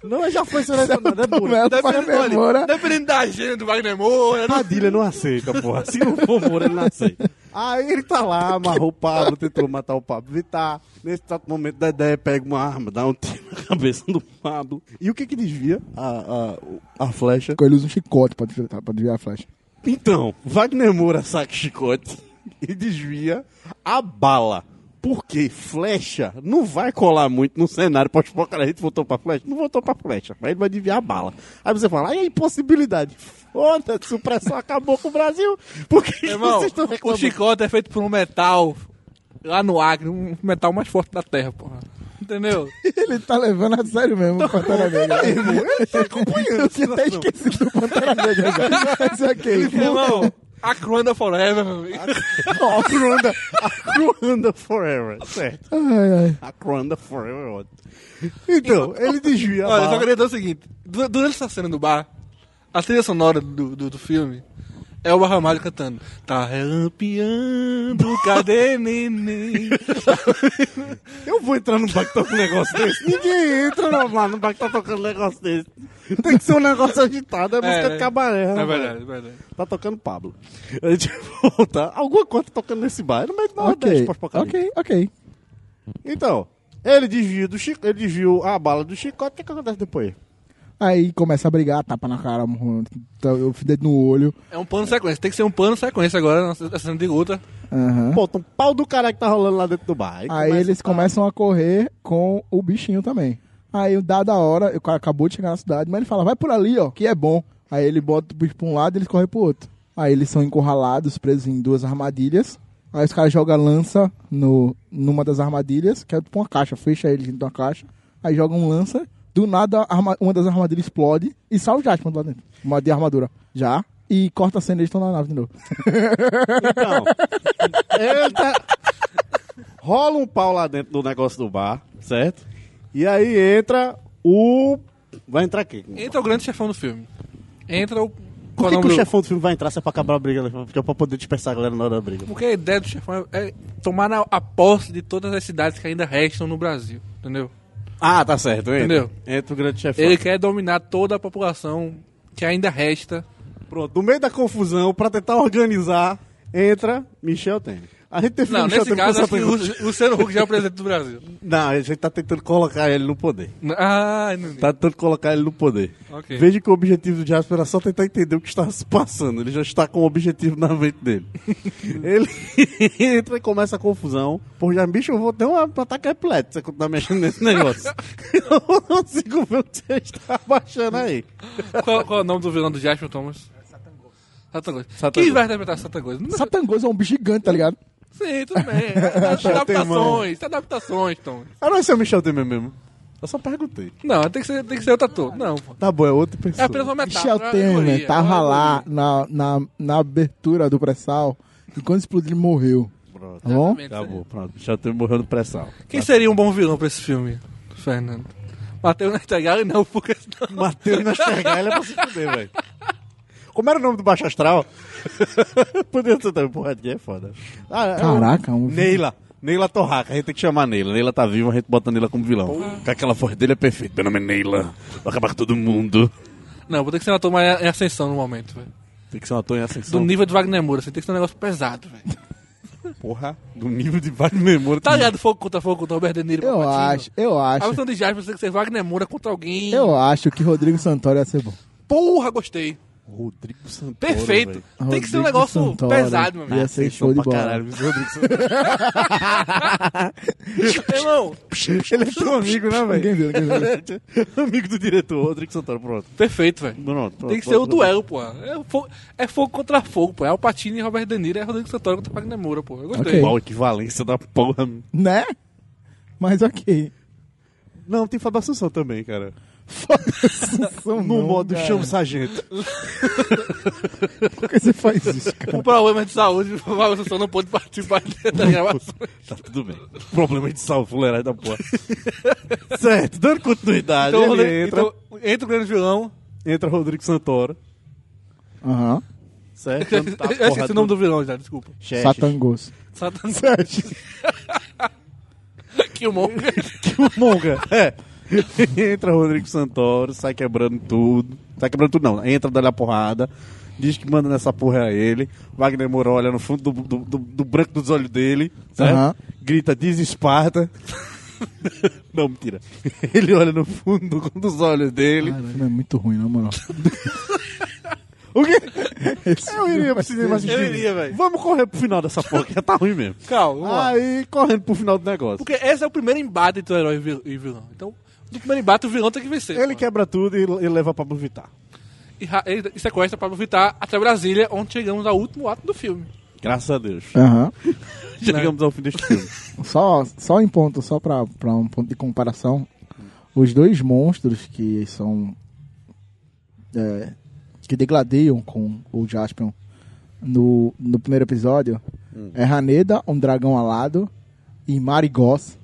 Não, já foi selecionado. É
Tomé,
Moura.
Wagner Moura.
dependendo da agenda do Wagner Moura,
Padilha não aceita, porra. Se não for Moura, ele não aceita. Aí ele tá lá, amarrou o Pablo, tentou matar o Pablo Vittar. Nesse exato momento, Dedé pega uma arma, dá um tiro na cabeça do Pablo. E o que que desvia a, a, a flecha?
Ele usa um chicote pra desviar, pra desviar a flecha.
Então, Wagner Moura saca o chicote [laughs] e desvia a bala. Porque flecha não vai colar muito no cenário pós-apocalipse. A gente voltou pra flecha? Não voltou pra flecha, mas ele vai desviar a bala. Aí você fala, aí é impossibilidade. Foda-se, supressão acabou com o Brasil. Porque
Irmão,
vocês estão
o
reclamando.
chicote é feito por um metal lá no Acre, um metal mais forte da Terra, porra. Entendeu?
Ele tá levando a sério mesmo o Pantera Negra.
é um
Eu tinha até esquecido do Pantera Negra. cara. Mas ok.
[laughs] Irmão, a Cruanda Forever, meu amigo.
Ó, a Cruanda, a Cruanda Forever, certo.
Ai, ai.
A Cruanda Forever. ó. Então, ele desvia a
Olha, eu só
bala.
queria dizer o seguinte: du- durante essa cena do bar, a trilha sonora do, do, do filme é o Barra Ramalho cantando. Tá relampeando, cadê neném?
Eu vou entrar no bar que toca um negócio desse. Ninguém entra no bar, no bar que tá tocando um negócio desse. Tem que ser um negócio agitado, é música de cabaré.
[laughs]
né,
É
velho?
verdade, é verdade.
Tá tocando Pablo. A gente [laughs] volta. Alguma coisa tá tocando nesse bar. Era meio do Nordeste,
Ok,
pós-apocalipse.
ok, ok.
Então, ele desvia do chico, ele desviou a bala do chicote. O que, que acontece depois?
Aí começa a brigar, tapa na cara, um- tá- eu fui dedo no olho.
É um plano sequência, tem que ser um plano sequência agora nessa cena de luta.
Aham.
Bota um pau do cara que tá rolando lá dentro do bar. [laughs]
Aí
começa-
eles começam a correr com o bichinho também. Aí, o dado a hora, o cara acabou de chegar na cidade, mas ele fala, vai por ali, ó, que é bom. Aí ele bota o bicho pra um lado e eles correm pro outro. Aí eles são encurralados, presos em duas armadilhas. Aí os caras jogam a lança no, numa das armadilhas, que é tipo uma caixa, fecha eles dentro de uma caixa. Aí jogam um lança, do nada a arma- uma das armadilhas explode e sai o Jasper lá dentro. Uma de armadura. Já. E corta a cena, eles estão na nave de [laughs] novo.
Então, ele tá... Rola um pau lá dentro do negócio do bar, certo? E aí entra o... Vai entrar quem?
Entra o grande chefão do filme. Entra o.
Por
qual
que,
nome
que é o
do-
chefão do filme vai entrar se é pra acabar a briga? né? Porque é pra poder dispersar a galera na hora da briga.
Porque a ideia do chefão é, é tomar na- a posse de todas as cidades que ainda restam no Brasil, entendeu?
Ah, tá certo. Entra.
Entendeu?
Entra o grande chefão.
Ele quer dominar toda a população que ainda resta.
Pronto, no meio da confusão, pra tentar organizar, entra Michel Temer. A gente teve
Não,
Michel
nesse
Temer
caso,
com
acho que
essa
o
pergunta.
Lu- Luciano Huck já é o presidente do Brasil.
Não, a gente tá tentando colocar ele no poder.
Ah, não.
Tá tentando colocar ele no poder.
Ok.
Veja que o objetivo do Jasper era só tentar entender o que está se passando. Ele já está com o objetivo na
[laughs]
mente dele. ele [laughs] entra e começa a confusão. Pô, já, bicho, eu vou ter um ataque epilético se você continuar mexendo nesse [laughs] negócio. eu não consigo ver o que você está baixando aí.
Qual, qual é o nome do vilão do Jasper Thomas? Satangos.
Satangos.
Quem vai interpretar Satangos? Não-
Satangoso é um bicho gigante, tá ligado?
Sim, tudo bem. Tá
[laughs]
Adaptações, tá adaptações, Thomas.
Ah, não, esse é o Michel Temer mesmo. Eu só perguntei.
Não, tem que ser, tem que ser outro ator. Não, pô.
Tá bom, é outra
É
pessoa.
apenas uma metáfora. né?
Michel
uma
Temer
alegoria,
né? tava
uma
lá
alegoria.
na, na, na abertura do pré-sal e quando explodiu ele morreu.
Pronto.
Tá bom?
Tá bom, pronto. Michel Temer morreu no pré-sal.
Quem seria um bom vilão pra esse filme, Fernando? Mateus Nastergalli? Não, porque senão...
Mateus Nastergalli é pra se fuder, velho. Como era o nome do Baixo [laughs] Astral? Podia ser também, porra, que é foda. Ah, é o
Caraca, um-
Neila. Neila Torraca, a gente tem que chamar Neila. Neila tá viva, a gente bota Neila como vilão. Com aquela voz dele é perfeito. Meu nome é Neila. Vou acabar com todo mundo.
Não, vou ter que ser uma turma em ascensão no momento, velho.
Tem que ser um ator em
Do
ascensão.
nível de Wagner Moura, assim, tem que ser um negócio pesado, velho.
Porra, do nível de Wagner Memória.
Tá ligado? Fogo contra fogo contra Robert De Niro.
Eu
Patino.
acho, eu
A
acho.
versão de Jasper tem que ser Wagner Moura contra alguém.
Eu acho que Rodrigo Santoro ia ser bom.
Porra, gostei.
Rodrigo Santoro,
Perfeito.
velho.
tem que ser um
Rodrigo
negócio
Santoro
pesado, meu amigo.
Ia ser show de
pra
bola.
caralho. esse Rodrigo Santoro.
Irmão,
Ele é teu amigo, né,
Ninguém viu, ninguém
[laughs]
viu.
velho? [laughs] amigo do diretor, Rodrigo Santoro. Pronto.
perfeito, velho.
Pronto, pronto,
Tem que ser
pronto,
o
pronto.
duelo, pô. É fogo, é fogo contra fogo, pô. É Alpatino e Robert De Niro, é Rodrigo Santoro contra Wagner Moura, pô. Eu gostei.
Ok.
Qual a equivalência da porra?
Né? Mas ok.
Não, tem Fábio Assunção também, cara.
Foda-se.
[laughs] No modo chama o sargento.
Por que você faz isso, cara?
[laughs] Por problemas de saúde, o Fábio Assunção não pôde participar da gravação.
Tá tudo bem. Problema de salvo, fuleiragem da [laughs] porra. certo, dando continuidade.
Então,
ele
Rodrigo,
entra,
então, entra o grande vilão.
entra Rodrigo Santoro.
Aham.
[laughs]
Certo?
Eu esqueci o nome do vilão já, desculpa.
[laughs]
Satangos.
Satan
Sete.
Killmonger.
Monga. É. [laughs] Entra Rodrigo Santoro, sai quebrando tudo. Sai quebrando tudo, não. Entra, dá-lhe a porrada. Diz que manda nessa porra a ele. Wagner Moura olha no fundo do, do, do- do branco dos olhos dele. Certo?
Aham.
Grita, diz Esparta. [laughs] não, mentira. Ele olha no fundo dos olhos dele.
Caralho, não é muito ruim, na moral.
O quê? Eu iria pro cinema assistir.
Eu iria, velho.
Vamos correr pro final dessa porra, que já tá ruim mesmo.
[laughs] Calma, vamos lá.
Aí, correndo pro final do negócio.
Porque esse é o primeiro embate entre o herói e o vil- e o vilão. Então, no primeiro embate, o vilão tem que vencer.
Ele
pô.
quebra tudo e, e leva pra Vittar.
E, ra- e- e sequestra Pablo Vittar até Brasília, onde chegamos ao último ato do filme.
Graças a Deus.
Aham.
Né?
Chegamos ao fim deste filme.
Só, só em ponto, só pra, pra um ponto de comparação. Os dois monstros que são. é, que degladeiam com o Jaspion no, no primeiro episódio é Haneda, um dragão alado, e Marigoth,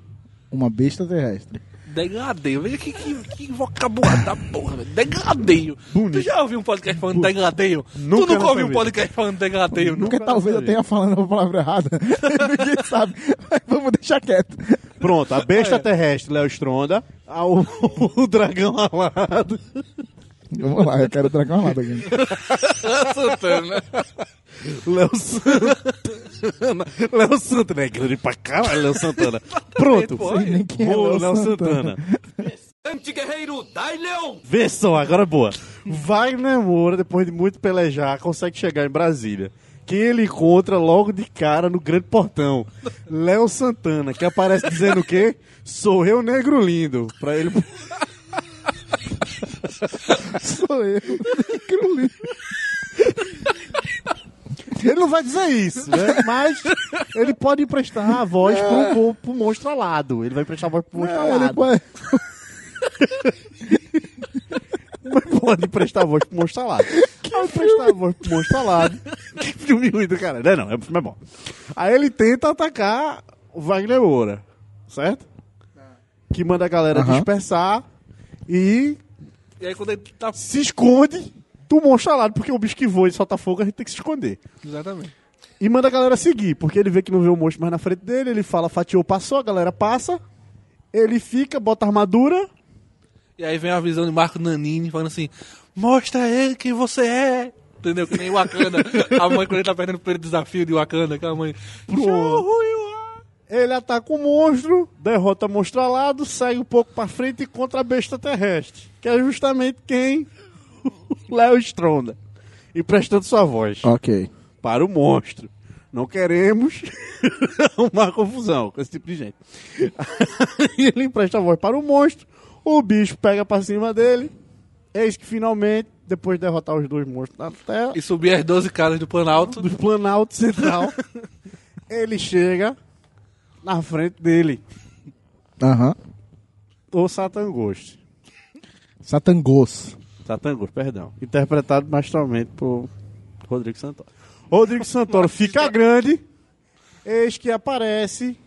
uma besta terrestre.
Degradeio. Veja que, que, que vocabulário da porra, velho. Degradeio. Tu já ouviu um podcast falando degradeio? tu
Nunca
nunca
na
ouviu um
vida.
podcast falando degradeio?
Porque
nunca?
talvez eu
sabia.
tenha falando a palavra errada. [laughs] Ninguém sabe. Mas vamos deixar quieto.
Pronto, a besta terrestre, Léo Stronda, a- o, o dragão alado,
Vamos lá, eu quero dragão alado aqui.
Ah, Santana.
Léo Santana. Léo Santana, é grande pra caralho, Léo Santana. Pronto,
pô.
Sei nem quem é
Boa,
Léo Santana.
[laughs] Anti-guerreiro, dai leão!
Vê só, agora é boa. Wagner Moura, depois de muito pelejar, consegue chegar em Brasília. Quem ele encontra logo de cara no grande portão? Léo Santana, que aparece dizendo o quê? Sou eu, negro lindo. Pra ele [laughs]
Sou eu. Negro lindo.
Ele não vai dizer isso, né? Mas ele pode emprestar a voz pro, pro, pro monstro alado. Ele vai emprestar a voz pro monstro
Não, ele
alado.
pode-
Mas pode emprestar a voz pro monstro alado. Aí emprestar a voz pro monstro alado. [laughs] Que filme ruim do cara. Não, é não, é um filme bom. Aí ele tenta atacar o Wagner Moura, certo? Que manda a galera
Aham.
dispersar e
E aí quando ele tá...
se esconde do monstro alado, porque o bicho que voa e solta fogo, a gente tem que se esconder.
Exatamente.
E manda a galera seguir, porque ele vê que não vê o monstro mais na frente dele, ele fala, fatiou, passou, a galera passa, ele fica, bota a armadura,
E aí vem a visão de Marco Nanini falando assim, mostra a ele quem você é. Entendeu? Que nem Wakanda. a mãe, quando ele tá perdendo o primeiro desafio de Wakanda, que a mãe...
Pronto.
"Show you are."
ele ataca o monstro, derrota o monstro alado, sai um pouco pra frente e contra a besta terrestre, que é justamente quem? O [laughs] Léo Stronda. Ah. Emprestando sua voz
Ok.
para o monstro. Não queremos [laughs] uma confusão com esse tipo de gente. [laughs] Aí ele empresta a voz para o monstro, o bicho pega pra cima dele, eis que finalmente, depois de derrotar os dois monstros na terra,
E subir as 12 casas do Planalto.
do Planalto
[laughs]
Central, ele chega na frente dele,
Aham.
o Satan Ghost.
Satangos.
Satan Ghost, perdão. Interpretado magistralmente por Rodrigo Santoro. Rodrigo Santoro fica grande, eis que aparece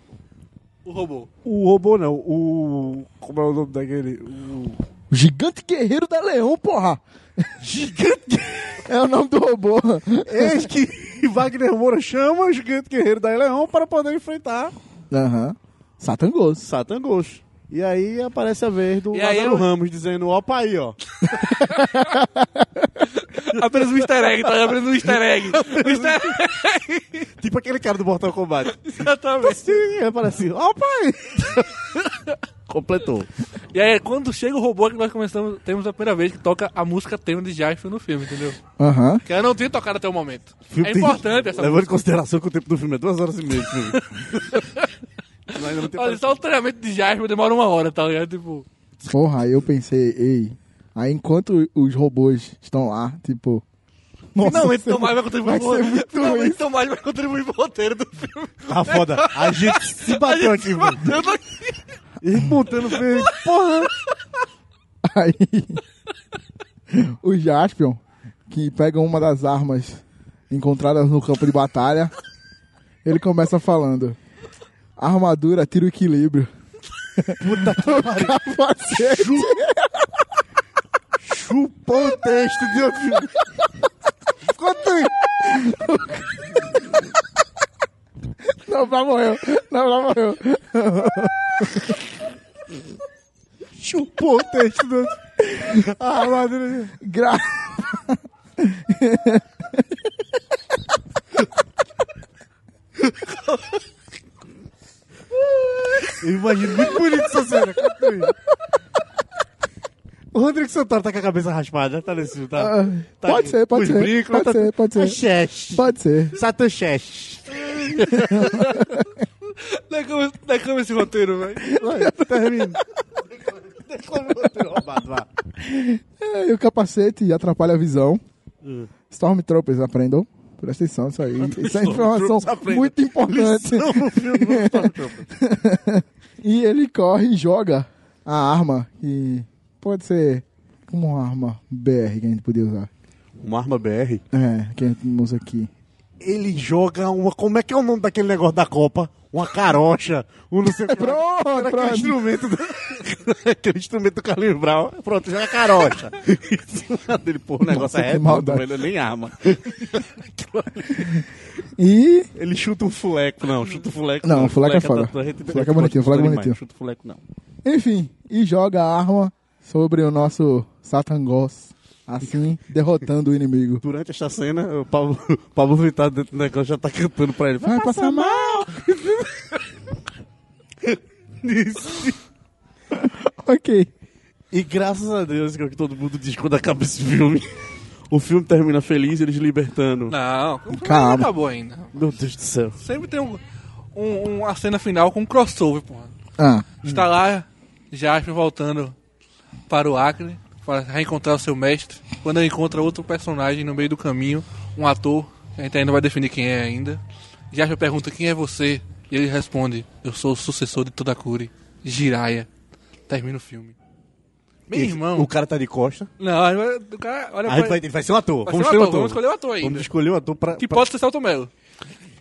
O robô.
O robô não, o. Como é o nome daquele? O.
O Gigante Guerreiro da Leão, porra!
Gigante!
[laughs] É o nome do robô.
[laughs] Eis que Wagner Moura chama o gigante guerreiro da Leão para poder enfrentar
Aham. Satan Ghost.
Satan Ghost. E aí aparece a vez do
E aí
Lázaro
eu-
Ramos dizendo, opa aí, ó.
Apenas um easter egg, tá? Apenas um easter egg. Um easter egg,
tipo aquele cara do Mortal Kombat.
exatamente.
Sim, aí aparece, opa aí. [laughs] Completou.
E aí, quando chega o robô que nós começamos, temos a primeira vez que toca a música tema de Jaif no filme, entendeu?
Aham.
Que ela não tinha tocado até o momento.
Filme
é
tem-
importante essa
Levando em
música.
consideração que o tempo do filme é duas horas e meia
[laughs]
de filme. Mas ainda não tem
Olha, só o treinamento de Jaif demora uma hora, tá ligado? Tipo,
Porra, aí eu pensei, ei. Aí enquanto os robôs estão lá, tipo. Nossa,
finalmente
você-
Tomás então vai contribuir
vai
pro roteiro.
ser muito
Finalmente
ruim.
Tomás vai contribuir pro roteiro do filme.
Tá foda. A gente se
A
bateu
gente
aqui,
se
mano.
bateu daqui.
E montando filme. Porra.
[laughs] Aí. o Jaspion, que pega uma das armas encontradas no campo de batalha, ele começa falando: Armadura, tira o equilíbrio. [laughs] Puta que capacete.
Chupou o texto de outro filme.
Quanto aí? Não, pra morreu. Não, pra morreu.
Chupou o texto do outro filme. Ah, madre.
Gra...
Eu imagino muito bonito essa cena. Conta aí. O Rodrigo Santoro tá com a cabeça raspada, tá nesse filme, tá? Tá
Ah, pode
com
ser, pode
os
ser,
brícolas,
pode ser, pode ser.
Tá chest.
Pode ser.
Satan
[laughs]
chest.
Declama- Declama é esse roteiro, velho.
Vai, Termina. Declama o roteiro roubado, vá.
É, e o capacete atrapalha a visão.
Hum.
Stormtroopers, aprendam. Presta atenção nisso
[laughs]
aí. Isso é informação
Stormtroopers, aprendam.
muito importante.
Lição no
[laughs]
filme do Stormtrooper.
E ele corre e joga a arma. E pode ser como uma arma BR que a gente podia usar.
Uma arma BR.
É, que a gente usa aqui.
Ele joga uma. Como é que é o nome daquele negócio da Copa? Uma carocha. Um não sei o
É
que. lá.
Pronto,
Aquele
pronto.
instrumento do... [laughs] Aquele instrumento do Carlinhos Brown. Pronto, joga
[laughs]
carocha. em cima dele, pô, o negócio
Nossa,
é
que
redondo,
maldade.
ele nem arma.
E
Ele chuta um fuleco. Não, chuta um fuleco.
Não, fuleco é foda.
tatuagem, tem-
Fuleco é bonitinho, fuleco é
tipo, Animais,
bonitinho.
Chuta o fuleco, não.
Enfim, e joga a arma sobre o nosso Satan Ghost, assim derrotando o inimigo.
Durante esta cena, o Pablo, [laughs] o Pablo Vittar dentro do negócio já tá cantando pra ele.
Vai passar mal! [laughs] ok.
E graças a Deus, que é o que todo mundo diz quando acaba esse filme. O filme termina feliz, eles libertando.
Não,
Calma.
não acabou ainda.
Meu Deus do céu.
Sempre tem um, um- uma cena final com um crossover, porra.
Ah,
Está lá, Jasper voltando para o Acre para reencontrar o seu mestre. Quando ele encontra outro personagem no meio do caminho, um ator, a gente ainda não vai definir quem é ainda. Jasper pergunta quem é você? E ele responde, eu sou o sucessor de Todakuri, Jiraiya. Termina o filme. Meu
Esse-
irmão.
O cara tá de costa.
Não, aí vai- o cara. Olha,
Aí
pra-
vai, ele vai ser um ator.
vai
vamos
ser
escolher
um
um
ator,
ator.
vamos escolher um ator ainda.
Vamos escolher um ator pra.
Que
pra-
pode ser Celto Melo.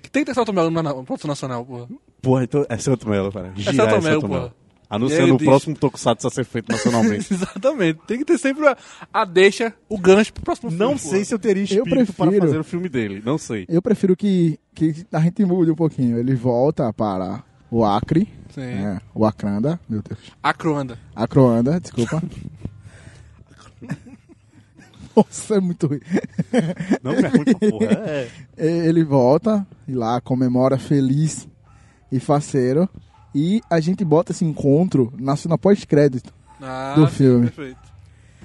Que tem que ter Celto Melo na, na produção nacional, porra.
Porra, então é Santo Melo, cara. Girar
Santo
é
Melo,
Santo Melo.
porra. E aí
Anunciando
ele
o
diz-
próximo Tokusatsu a ser feito nacionalmente.
[laughs] Exatamente. Tem que ter sempre a, a deixa, o gancho pro próximo filme.
[laughs] Não sei se eu teria espírito para
prefiro.
fazer o filme dele. Não sei.
eu prefiro que, que a gente mude um pouquinho. Ele volta para o Acre.
Sim.
né, o Acranda, meu Deus.
A Croanda.
Acroanda, [laughs] desculpa. Nossa, é muito ruim.
Não me pergunte pra porra. É.
E- Ele volta e lá comemora feliz e faceiro. E a gente bota esse encontro na cena pós-crédito.
Ah,
Do
sim,
filme.
Perfeito.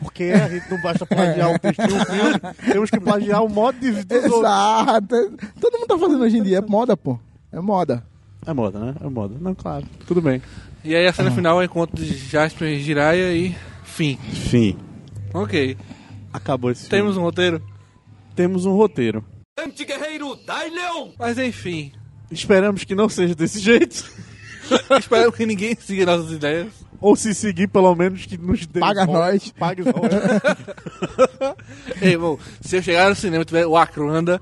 Porque a gente não basta plagiar o texto de um filme, temos que plagiar o modo de
[laughs]
vida
É,
dos outros.
Exato! Todo mundo tá fazendo hoje em dia. É moda, pô. É moda.
É moda, né? É moda. Não, claro. Tudo bem.
E aí a
Ah.
cena final é o encontro de Jasper e Jiraiya e fim.
Enfim,
Ok.
acabou esse filme.
Temos um roteiro.
Temos um roteiro.
Mas enfim. [laughs]
Esperamos que não seja desse [laughs] jeito.
Espero que ninguém siga nossas ideias.
Ou se seguir, pelo menos, que nos dê.
Paga
volta.
nós.
Paga [laughs] nós.
Ei, irmão, se eu chegar no cinema e tiver o Acroanda,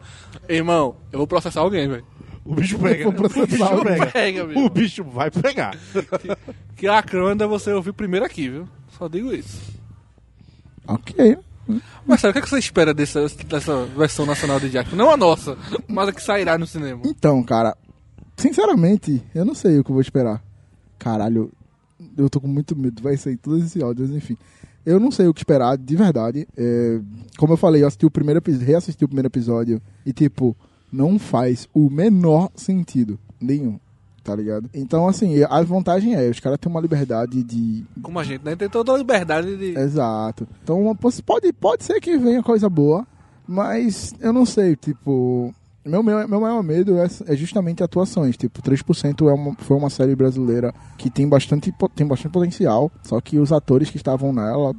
irmão, eu vou processar alguém, velho.
O bicho pega.
Vou processar
o bicho
o
pega.
Pega, meu
O
irmão.
bicho vai pegar.
Que a Acroanda você ouviu primeiro aqui, viu? Só digo isso.
Ok.
Mas sabe, o que, é que você espera dessa, dessa versão nacional de Jasper? Não a nossa, mas a que sairá no cinema.
Então, cara, Sinceramente, eu não sei o que eu vou esperar. Caralho, eu tô com muito medo. Vai sair todos esses áudios, enfim. Eu não sei o que esperar, de verdade. É, como eu falei, eu assisti o primeiro episódio, reassisti o primeiro episódio e, tipo, não faz o menor sentido. Nenhum, tá ligado? Então, assim, a vantagem é, os caras têm uma liberdade de,
Como a gente, né? Tem toda a liberdade de.
Exato. Então uma poss- pode, pode ser que venha coisa boa, mas eu não sei, tipo. Meu, meu, meu maior medo é, é justamente atuações. Tipo, 3% é uma, foi uma série brasileira que tem bastante, po- tem bastante potencial, só que os atores que estavam nela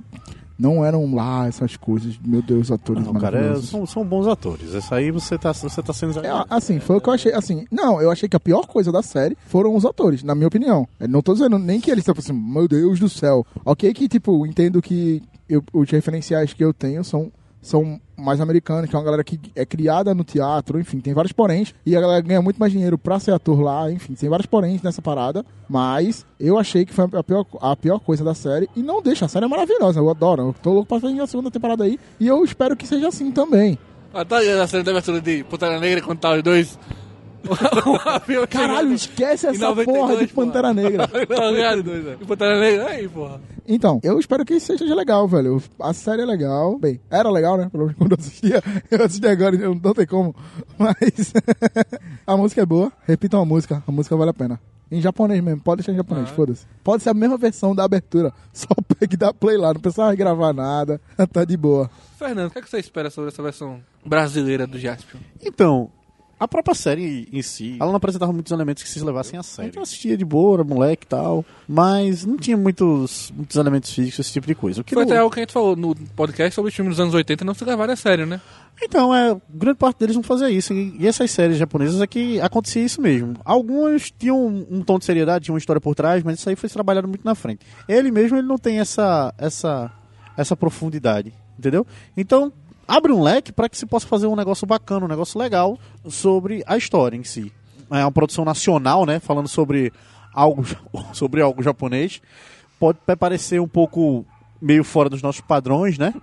não eram lá essas coisas. Meu Deus, atores
Não, cara, é-
maravilhosos.
são, são bons atores. Essa aí você tá, você tá sendo
É,
exagerado.
assim, foi o que eu achei. Assim, não, eu achei que a pior coisa da série foram os atores, na minha opinião. Eu não tô dizendo nem que eles estão assim, meu Deus do céu. Ok, que tipo, entendo que eu- os referenciais que eu tenho são. São mais americanos, que é uma galera que é criada no teatro, enfim, tem vários poréns. E a galera ganha muito mais dinheiro pra ser ator lá, enfim, tem vários poréns nessa parada. Mas eu achei que foi a pior, a pior coisa da série. E não deixa, a série é maravilhosa, eu adoro. Eu tô louco pra sair a segunda temporada aí. E eu espero que seja assim também.
Até a cena da abertura de Pantera Negra quando tá os dois. um avião
Caralho,
chegando. [laughs]
esquece
Em
essa
92,
porra de
porra.
Pantera Negra.
Tá ligado? E Pantera Negra, aí, porra.
Então, eu espero que seja legal, velho. A série é legal. Bem, era legal, né? Pelo menos quando eu assistia. [laughs] Eu assisti agora, eu não tem como. Mas [laughs] a música é boa. Repitam a música. A música vale a pena. Em japonês mesmo. Pode deixar em japonês,
Ah.
foda-se. Pode ser a mesma versão da abertura. [laughs] Só pegue e dá play lá. Não precisa gravar nada. [laughs] Tá de boa.
Fernando, o que, é que você espera sobre essa versão brasileira do Jaspion?
Então, a própria série em si, ela não apresentava muitos elementos que se levassem a sério. Então eu assistia de boa, era moleque e tal, mas não tinha muitos, muitos elementos físicos, esse tipo de coisa. O que
Foi
não-
até algo que a gente falou no podcast sobre os filmes dos anos 80 não se gravaram a sério, né?
Então, é, grande parte deles não fazia isso. E e essas séries japonesas é que acontecia isso mesmo. Algumas tinham um, um tom de seriedade, tinham uma história por trás, mas isso aí foi trabalhado muito na frente. Ele mesmo ele não tem essa essa essa profundidade, entendeu? Então, abre um leque para que se possa fazer um negócio bacana, um negócio legal sobre a história em si. É uma produção nacional, né, falando sobre algo [laughs] sobre algo japonês. Pode parecer um pouco meio fora dos nossos padrões, né?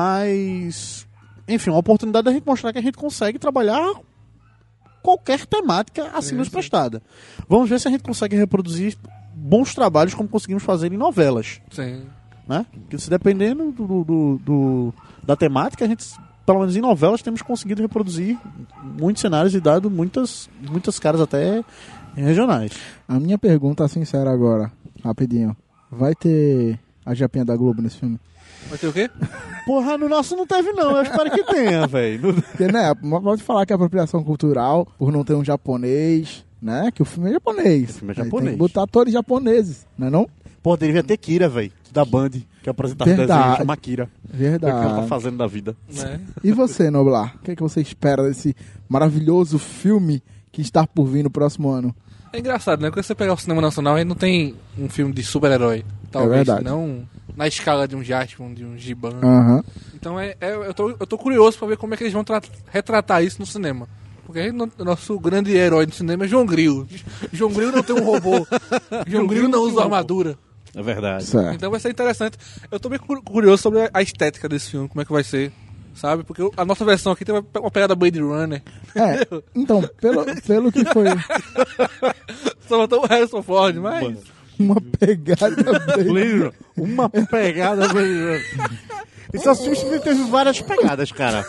Mas enfim, uma oportunidade da gente mostrar que a gente consegue trabalhar qualquer temática assim nos prestada. Vamos ver se a gente consegue reproduzir bons trabalhos como conseguimos fazer em novelas,
Sim.
né? Porque se dependendo do, do- do- do- da temática, a gente, pelo menos em novelas, temos conseguido reproduzir muitos cenários e dado muitas, muitas caras até regionais.
A minha pergunta sincera agora. Rapidinho. Vai ter a japinha da Globo nesse filme?
Vai ter o [laughs] quê?
Porra, no nosso não teve não, eu espero que [laughs] tenha, velho. No-
Porque, né, pode falar que é apropriação cultural por não ter um japonês, né? Que o filme é japonês.
O filme é
Aí
japonês.
Tem que botar atores japoneses, não é não?
Porra, deveria ter Kira, velho, da Band, que apresentava
Verdade.
desenho, chama Kira. É O que ela tá
Verdade.
fazendo da vida.
Né?
E você, Noblar? O que, é que você espera desse maravilhoso filme que está por vir no próximo ano?
É engraçado, né? Quando você pegar o cinema nacional, aí não tem um filme de super-herói. Talvez
verdade.
não na escala de um Jaspion, de um Giban.
Aham.
Então é, é- eu, tô, eu tô curioso pra ver como é que eles vão tra- retratar isso no cinema. Porque aí no- nosso grande herói do cinema é João Grilo. [laughs] João Grilo não tem um robô. João Grilo não usa armadura.
É verdade.
Certo.
Então vai ser interessante. Eu tô bem cu- curioso sobre a estética desse filme, como é que vai ser. Sabe? Porque o- a nossa versão aqui tem uma, uma pegada Blade Runner.
É, então, pelo, pelo que foi
Só botou o Harrison Ford, mas.
uma
[laughs]
pegada bem...
Blade Uma pegada é Blade Runner. Esse assunto teve várias pegadas, cara.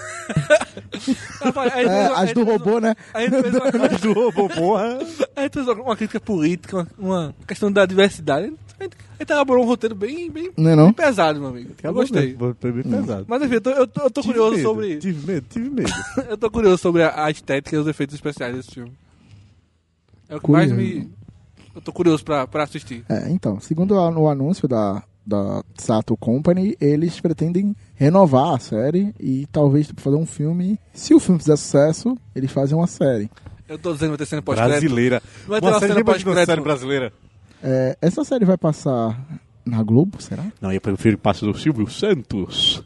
Rapaz, aí
É,
fez uma-
as do
aí fez
robô, né?
uma- aí fez uma-
Mas [laughs] do robô, porra.
aí fez uma, uma crítica política, uma, uma questão da diversidade. Aí aí elaborou um roteiro bem, bem,
Não é não?
bem pesado, meu amigo. Eu gostei.
Foi bem pesado.
Mas enfim, eu tô, eu tô- eu tô
Tive
curioso
medo,
sobre.
Tive medo, tive medo.
[laughs] Eu tô curioso sobre a, a estética e os efeitos especiais desse filme. É o que mais
Curioso.
me. Eu tô curioso pra, pra assistir.
É, então, segundo a- o anúncio da, da Sato Company, eles pretendem renovar a série e talvez tipo, fazer um filme. Se o filme fizer sucesso, eles fazem uma série.
Eu tô dizendo que vai ter cena pós-crédito.
Brasileira.
Vai ter uma cena
série de imaginação,
pós-crédito.
série brasileira.
É, essa série vai passar na Globo, será?
Não, eu prefiro que passe do Silvio
[laughs]
Santos.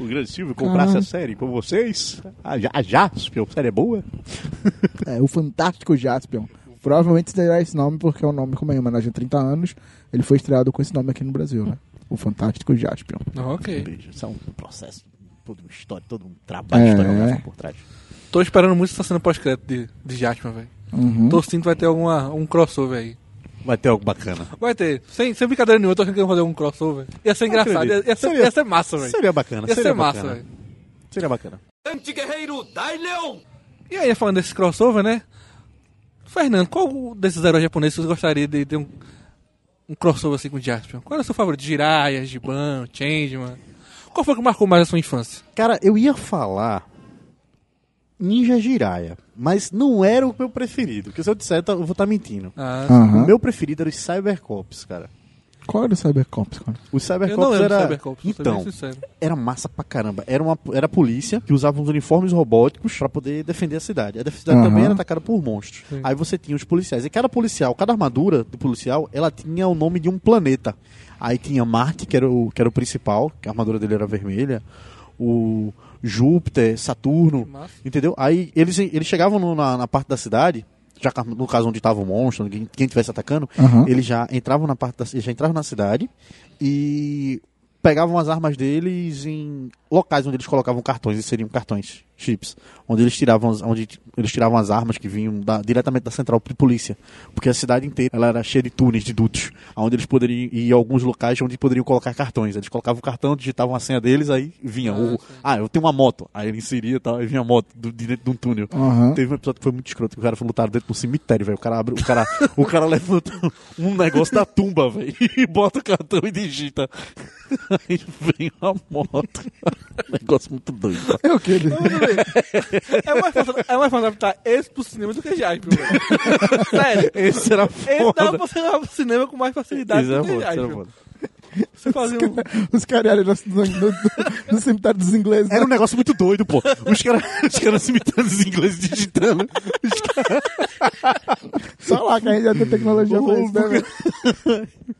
o grande Silvio comprasse a série com vocês. Ah, A, Ja- a Jaspion, série é boa?
É, o Fantástico Jaspion. Provavelmente terá esse nome porque é um nome como é em homenagem a 30 anos. Ele foi estreado com esse nome aqui no Brasil, né? O Fantástico Jaspion.
Não, ok.
Beijo, isso é um processo toda uma história, todo um trabalho
É.
historiográfico por trás.
Tô esperando muito essa cena pós-crédito de, de Jackman, velho.
Uhum.
Tô sentindo que vai ter alguma, um crossover aí.
Vai ter algo bacana.
Vai ter. Sem, sem brincadeira nenhuma, eu tô achando que vão fazer um crossover. Ia ser engraçado, ia, ia, ser,
Seria-
ia ser massa, velho.
Seria bacana,
Ia
seria
ser massa,
bacana.
velho.
Seria bacana.
E aí, falando desse crossover, né? Fernando, qual desses heróis japoneses você gostaria de ter um, um crossover assim com o Jaspion? Qual era o seu favorito? Jiraiya, Giban, Changeman? Qual foi que marcou mais a sua infância?
Cara, eu ia falar Ninja Jiraiya, mas não era o meu preferido. Porque se eu disser, eu tá- eu vou estar mentindo.
Ah,
Aham.
O meu preferido era os Cybercops, cara.
Qual era o Cybercops, cara?
Os
eu não
Cybercops
lembro
era.
do Cybercops, pra ser bem
então,
sincero.
era massa pra caramba. Era, uma, era a polícia que usava uns uniformes robóticos pra poder defender a cidade. A cidade
Aham.
também era atacada por monstros.
Sim.
Aí você tinha os policiais. E cada policial, cada armadura do policial, ela tinha o nome de um planeta. Aí tinha Marte, que era o, que era o principal, que a armadura dele era vermelha. O Júpiter, Saturno.
Massa.
Entendeu? Aí eles, eles chegavam no- na, na parte da cidade, já ca- no caso onde estava o monstro, quem quem estivesse atacando,
Aham.
eles já entravam na parte da, eles já entravam na cidade e pegavam as armas deles em locais onde eles colocavam cartões, inseriam cartões, chips, onde eles tiravam as, onde t- eles tiravam as armas que vinham da- diretamente da central de polícia, porque a cidade inteira ela era cheia de túneis, de dutos, onde eles poderiam ir a alguns locais onde poderiam colocar cartões. Eles colocavam o cartão, digitavam a senha deles, aí vinha o ah, eu tenho uma moto, aí ele inseria e tal, aí vinha a moto do, de dentro de um túnel.
Aham.
Teve um episódio que foi muito escroto, que o cara foi lutar dentro de um cemitério, velho. O cara abre, o cara, o cara levanta um negócio da tumba, velho, [laughs] e bota o cartão e digita. Aí vem a moto. [laughs] negócio muito doido. cara.
É o que ele.
É mais fácil, é mais fácil adaptar esse pro cinema do que Jaspion, velho. Sério.
Esse era
Esse dava
foda.
pra você levar pro cinema com mais facilidade
Esse era
do que
é foda, esse era
Jaspion.
foda.
Você fazia um...
[laughs] Os caras eram no, no, no- no cemitério dos ingleses.
Era um negócio muito doido, pô. Os caras os cara imitando os ingleses digitando. Os caras
Só lá que a gente já tem tecnologia pra isso, né, velho?
[laughs]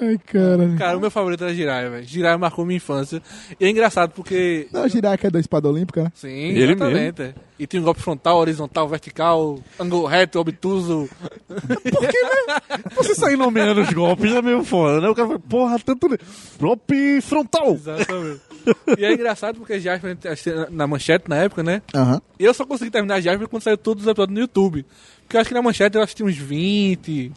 Ai, cara.
Cara, o meu favorito era Jiraiya, velho. Jiraiya marcou minha infância. E é engraçado porque...
Não, girar que é da espada olímpica, né?
Sim,
Ele
exatamente. E tem um golpe frontal, horizontal, vertical, ângulo reto, obtuso.
você sair nomeando os golpes é meio foda, né? O cara fala, porra, tanto. Golpe
[laughs]
frontal.
Exatamente. e é engraçado porque Jasper acho que na manchete na época, né?
Aham.
E eu só consegui terminar Jasper quando saiu todos os episódios no YouTube. Porque eu acho que na manchete eu assisti uns 20,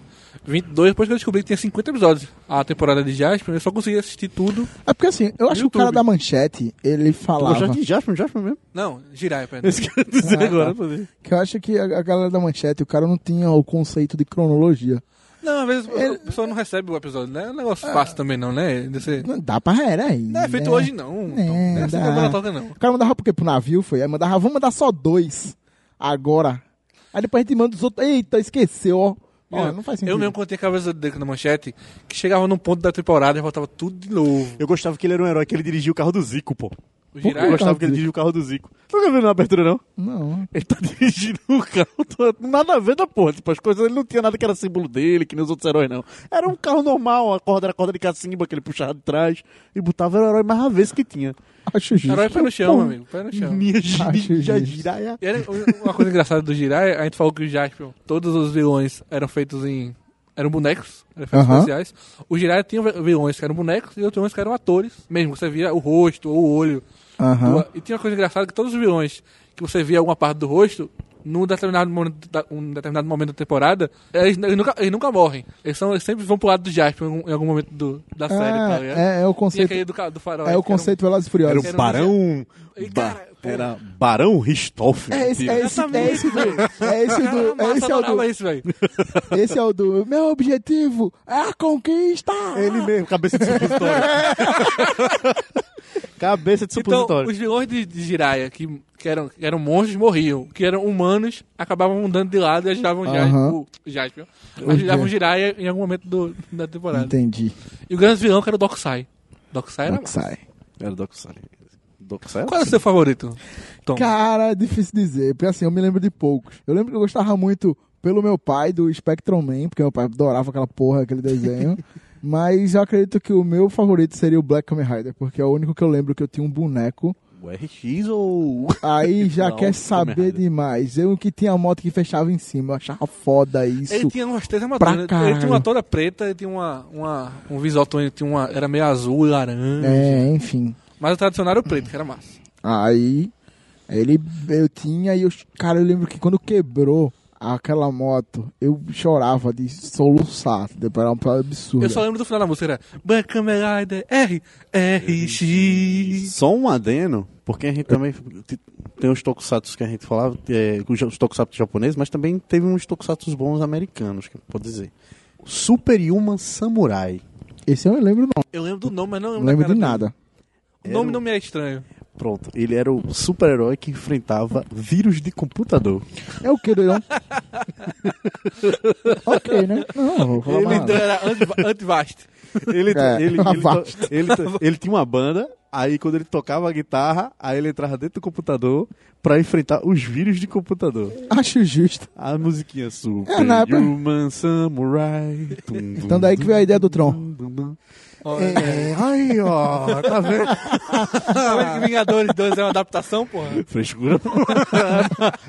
22, depois que eu descobri que tinha 50 episódios a temporada de Jasper, eu só consegui assistir tudo.
É porque assim, eu acho que o
YouTube.
cara da manchete, ele falava.
Gostava de Jasper, Jasper mesmo.
Não, Jiraiya, perdão.
Esse cara dizer
Ah,
agora.
tá. Que eu acho que a, a galera da manchete, o cara não tinha o conceito de cronologia.
Não, às vezes
Ele-
a pessoa não recebe o episódio, né? É um negócio fácil também não, né? Desse...
Não dá pra era aí.
Não é feito hoje não.
É,
Tom. Não é assim que a
dá.
bola toca não.
O cara mandava porque pro navio, foi? Aí mandava, vamos mandar só dois. Agora. Aí depois a gente manda os outros. Eita, esqueceu, ó. Ó,
Olha,
não faz sentido.
Eu mesmo quando tinha cabeça de Deco na manchete, que chegava num ponto da temporada e voltava tudo de novo.
Eu gostava que ele era um herói, que ele dirigia o carro do Zico, pô.
O
que
Eu
Jiraiya,
gostava que ele tá dirigia o carro do Zico. Não tá vendo na abertura, não?
Não.
Ele tá dirigindo o carro, do- nada a ver da porra. Tipo, as coisas, ele não tinha nada que era símbolo dele, que nem os outros heróis, não. Era um carro normal, a corda era corda de cacimba, que ele puxava de trás e botava era o herói mais avesso que tinha.
Acho justo.
herói pé no chão, amigo, pé no chão.
Ninja,
Acho
ninja
justo.
Jiraiya.
E era uma coisa engraçada do Jiraiya, a gente falou que o Jaspion, todos os vilões eram feitos em... Eram bonecos, eram efeitos
Aham.
especiais. O Jiraiya tinha vi- vilões que eram bonecos e outros vilões que eram atores. Mesmo, você via o rosto ou o olho.
Aham.
do- E tinha uma coisa engraçada que todos os vilões que você via alguma parte do rosto, num determinado momento da, um determinado momento da temporada, eles, eles nunca, eles nunca morrem. Eles, são, eles sempre vão pro lado do Jaspion em algum, em algum momento do- da série, tá ligado?
é, é o
Tinha
conceito.
aquele do, ca- do farol.
É o conceito Velozes e
Era
Furiosos.
o
um
Barão.
E,
Ba-
cara, pô.
Era Barão Ristoff.
É esse, é esse, é esse do. É
[laughs]
esse do. É esse é o do.
isso, velho.
Esse é o do. Meu objetivo é a conquista!
Ele mesmo, cabeça de [laughs] supositório. cabeça de
Tipo
Então,
supositório.
os vilões de, de Jiraiya, que, que, eram, que eram monstros, morriam. Que eram humanos, acabavam mudando de lado e ajudavam o Jas-
Aham.
o Jaspion.
O
Ajudavam o
Jas-
Jiraiya em algum momento do- da temporada.
Entendi. é
E o grande vilão que era o Dokusai. Dokusai era...
Sai.
Era o Doc Sally. Doc Sally?
Qual é o seu favorito, Tom?
Cara, é difícil dizer, porque assim, eu me lembro de poucos. Eu lembro que eu gostava muito pelo meu pai do Spectrum Man, porque meu pai adorava aquela porra, aquele [laughs] desenho. Mas eu acredito que o meu favorito seria o Black Kamen Rider, porque é o único que eu lembro que eu tinha um boneco.
O RX ou.
[laughs] Aí já
Não, Kamen
quer saber
Rider.
demais. Eu que tinha a moto que fechava em cima, eu achava foda
Ele
isso.
tinha umas três
Pra
armaduras. né? Ele tinha
caralho.
uma toda preta, ele tinha uma, uma, um visual, tone- tinha uma, era meio azul e laranja.
É, enfim.
Mas o tradicional era o preto, que era massa.
Aí ele eu tinha e eu, cara, eu lembro que quando quebrou aquela moto, eu chorava de soluçar, de era um absurdo.
Eu só lembro do final da música, era Black Kamen Rider R, R, X.
Só um adeno, porque a gente também t- tem os tokusatsu que a gente falava, é, os os tokusatsu japoneses, mas também teve uns tokusatsu bons americanos, que eu posso dizer. Super Human Samurai.
Esse eu lembro não,
Eu lembro do nome, mas não
não
lembro, da
lembro
cara
de
dele.
nada.
O nome não me é estranho.
Pronto, ele era o super-herói que enfrentava vírus de computador.
É o
[laughs]
que, doidão? ok, né? Não, não vou falar
Ele
mais nada.
era anti-
[laughs]
antivaste.
[laughs] Ele,
É,
ele, ele,
uma
to-
bosta.
ele to- ele tinha uma banda, aí quando ele tocava a guitarra, aí ele entrava dentro do computador pra enfrentar os vírus de computador.
Acho justo.
A musiquinha super
É, na época-
Human Samurai. Tum, dum,
Então daí que
dum,
veio a ideia do Tron.
dum, dum, dum.
Ó,
É, aí, ó, tá vendo?
Como é que Vingadores 2 é uma adaptação,
[laughs]
porra?
[laughs] Frescura.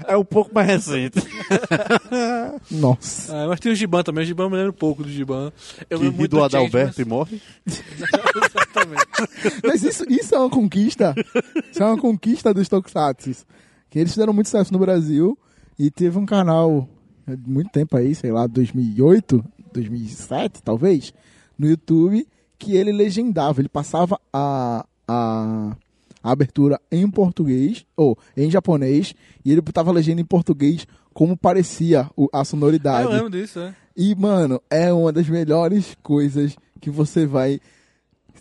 é um pouco mais recente.
Nossa.
Ah, mas tem o Giban também. O Giban eu me lembro pouco do Giban. Eu
Que
lembro
ri
muito
do Adalberto e
Changeman.
morre.
[laughs] Exatamente.
Mas isso, isso é uma conquista. Isso é uma conquista dos Tokusatsu. Que eles fizeram muito sucesso no Brasil e teve um canal há muito tempo aí, sei lá, 2008, 2007 talvez, no YouTube, que ele legendava, ele passava a, a, a abertura em português, ou em japonês, e ele botava a legenda em português como parecia o- a
Ah, eu
sonoridade.
lembro disso, né?
E, mano, é uma das melhores coisas que você vai.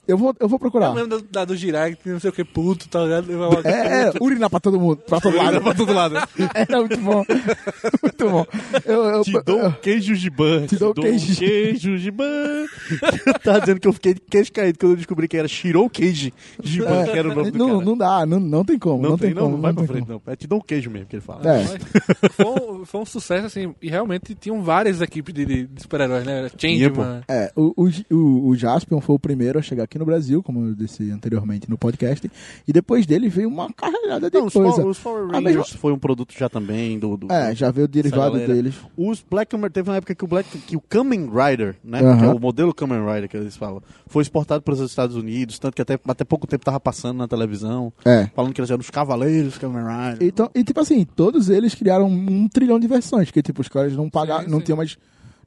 Eu vou, eu vou procurar.
Eu lembro da, da do Jirai, que tinha não sei o que, puto, tá ligado? [laughs]
[laughs]
É, é, urinar pra todo mundo, pra todo lado. [laughs]
pra todo lado.
Era muito bom. [laughs] Muito bom. Eu, eu,
Te dou um
eu-
queijo gibã.
Te dou um queijo
um queijo gibã. [laughs] tá dizendo que eu fiquei de queijo caído quando eu descobri que era Shirou Queijo gibã, que era o nome do
não,
cara.
não dá, não, não tem como. Não, tem,
É. não,
como.
não vai
tem
pra frente, não. É, te dou um queijo mesmo que ele fala.
como. É.
Mas foi, um, foi um sucesso, assim, e realmente tinham várias equipes de, de- de super-heróis, né? Era Changeman.
É, o, o, J- o, o Jaspion foi o primeiro a chegar aqui no Brasil, como eu disse anteriormente no podcast, e depois dele veio uma carregada de
Não, os,
coisa.
Power- os Power
A
Rangers
mesma-
foi um produto já também do... do-
É, já veio o derivado
galera.
deles.
Os Black Kamen- teve uma época que o Black que o Kamen Rider, né,
Aham.
que é o modelo Kamen Rider que eles falam, foi exportado para os Estados Unidos, tanto que até até pouco tempo tava passando na televisão,
É.
falando que eles eram os cavaleiros Kamen Rider.
Então, e tipo assim, todos eles criaram um trilhão de versões, que tipo, os caras não pagaram,
Sim,
não
sim.
tinham mais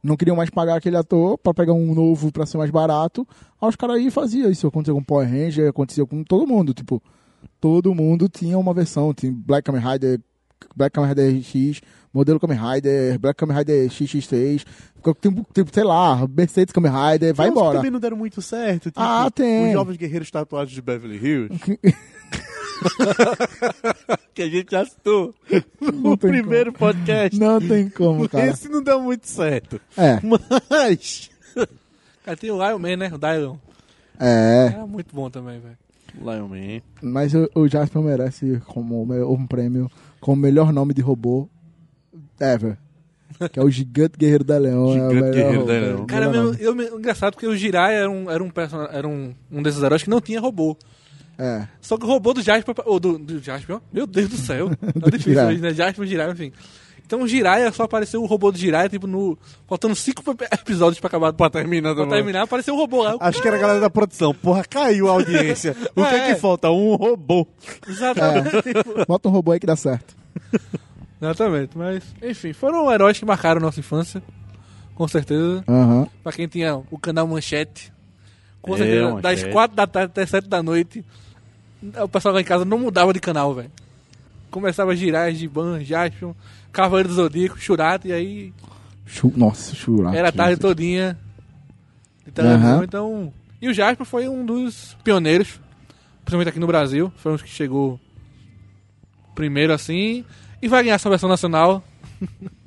não queriam mais pagar aquele ator pra pegar um novo pra ser mais barato. Aí os caras aí faziam isso, aconteceu com Power Ranger, aconteceu com todo mundo, tipo, todo mundo tinha uma versão, tinha Black Kamen Rider, Black Kamen Rider X, modelo Kamen Rider, Black Kamen Rider XX3, ficou tipo, tipo, sei lá, Mercedes Kamen Rider, vai
Tem uns que
embora.
Então, também não deram muito certo. Tipo,
Ah, tem.
Os jovens guerreiros tatuados de Beverly Hills. que a gente já citou
Não
no
tem
primeiro podcast.
Não tem
[laughs]
como, cara.
Esse não deu muito certo.
É,
Mas.
Cara, tem o Lion Man, né? O Dylon.
é.
Era muito bom também, velho.
Lion Man.
Mas o, o Jasper merece como me- um prêmio com o melhor nome de robô ever. Que é o Gigante Guerreiro da Leão. é o
Gigante
melhor
Guerreiro
robô,
da Leão.
melhor
Cara,
nome.
eu, eu, me- engraçado, porque o Jirai era um, era um, person- era um, um desses heróis que não tinha robô.
É.
Só que o robô do Jasper. Ou do, do Jasper, ó. Meu Deus do céu. Tá difícil
Jiraiya.
hoje, né? Jasper, Jiraiya, enfim. Então o Jiraiya só apareceu o robô do Jiraiya, tipo, no. Faltando cinco pe- [laughs] episódios pra acabar. Pra,
terminar
pra terminar, apareceu o robô lá. Eu,
Acho que era a galera da produção. Porra, caiu a
[laughs]
audiência. O que é
É.
que falta? Um robô.
Exatamente.
Bota um robô aí que dá certo.
[laughs] Exatamente, mas. Enfim, foram heróis que marcaram nossa infância. Com certeza.
Aham.
Pra quem tinha o canal Manchete. Com
É,
certeza,
Manchete.
das 4 da tarde até 7 da noite, o pessoal lá em casa não mudava de canal, velho. Começava a girar Giban, Jaspion, Cavaleiro do Zodíaco, Churato, e aí
Chu- Nossa, churrasco.
era a tarde todinha de televisão.
Aham.
Então, e o Jaspion foi um dos pioneiros, principalmente aqui no Brasil. Foi um dos que chegou primeiro assim. E vai ganhar sua versão nacional. [laughs]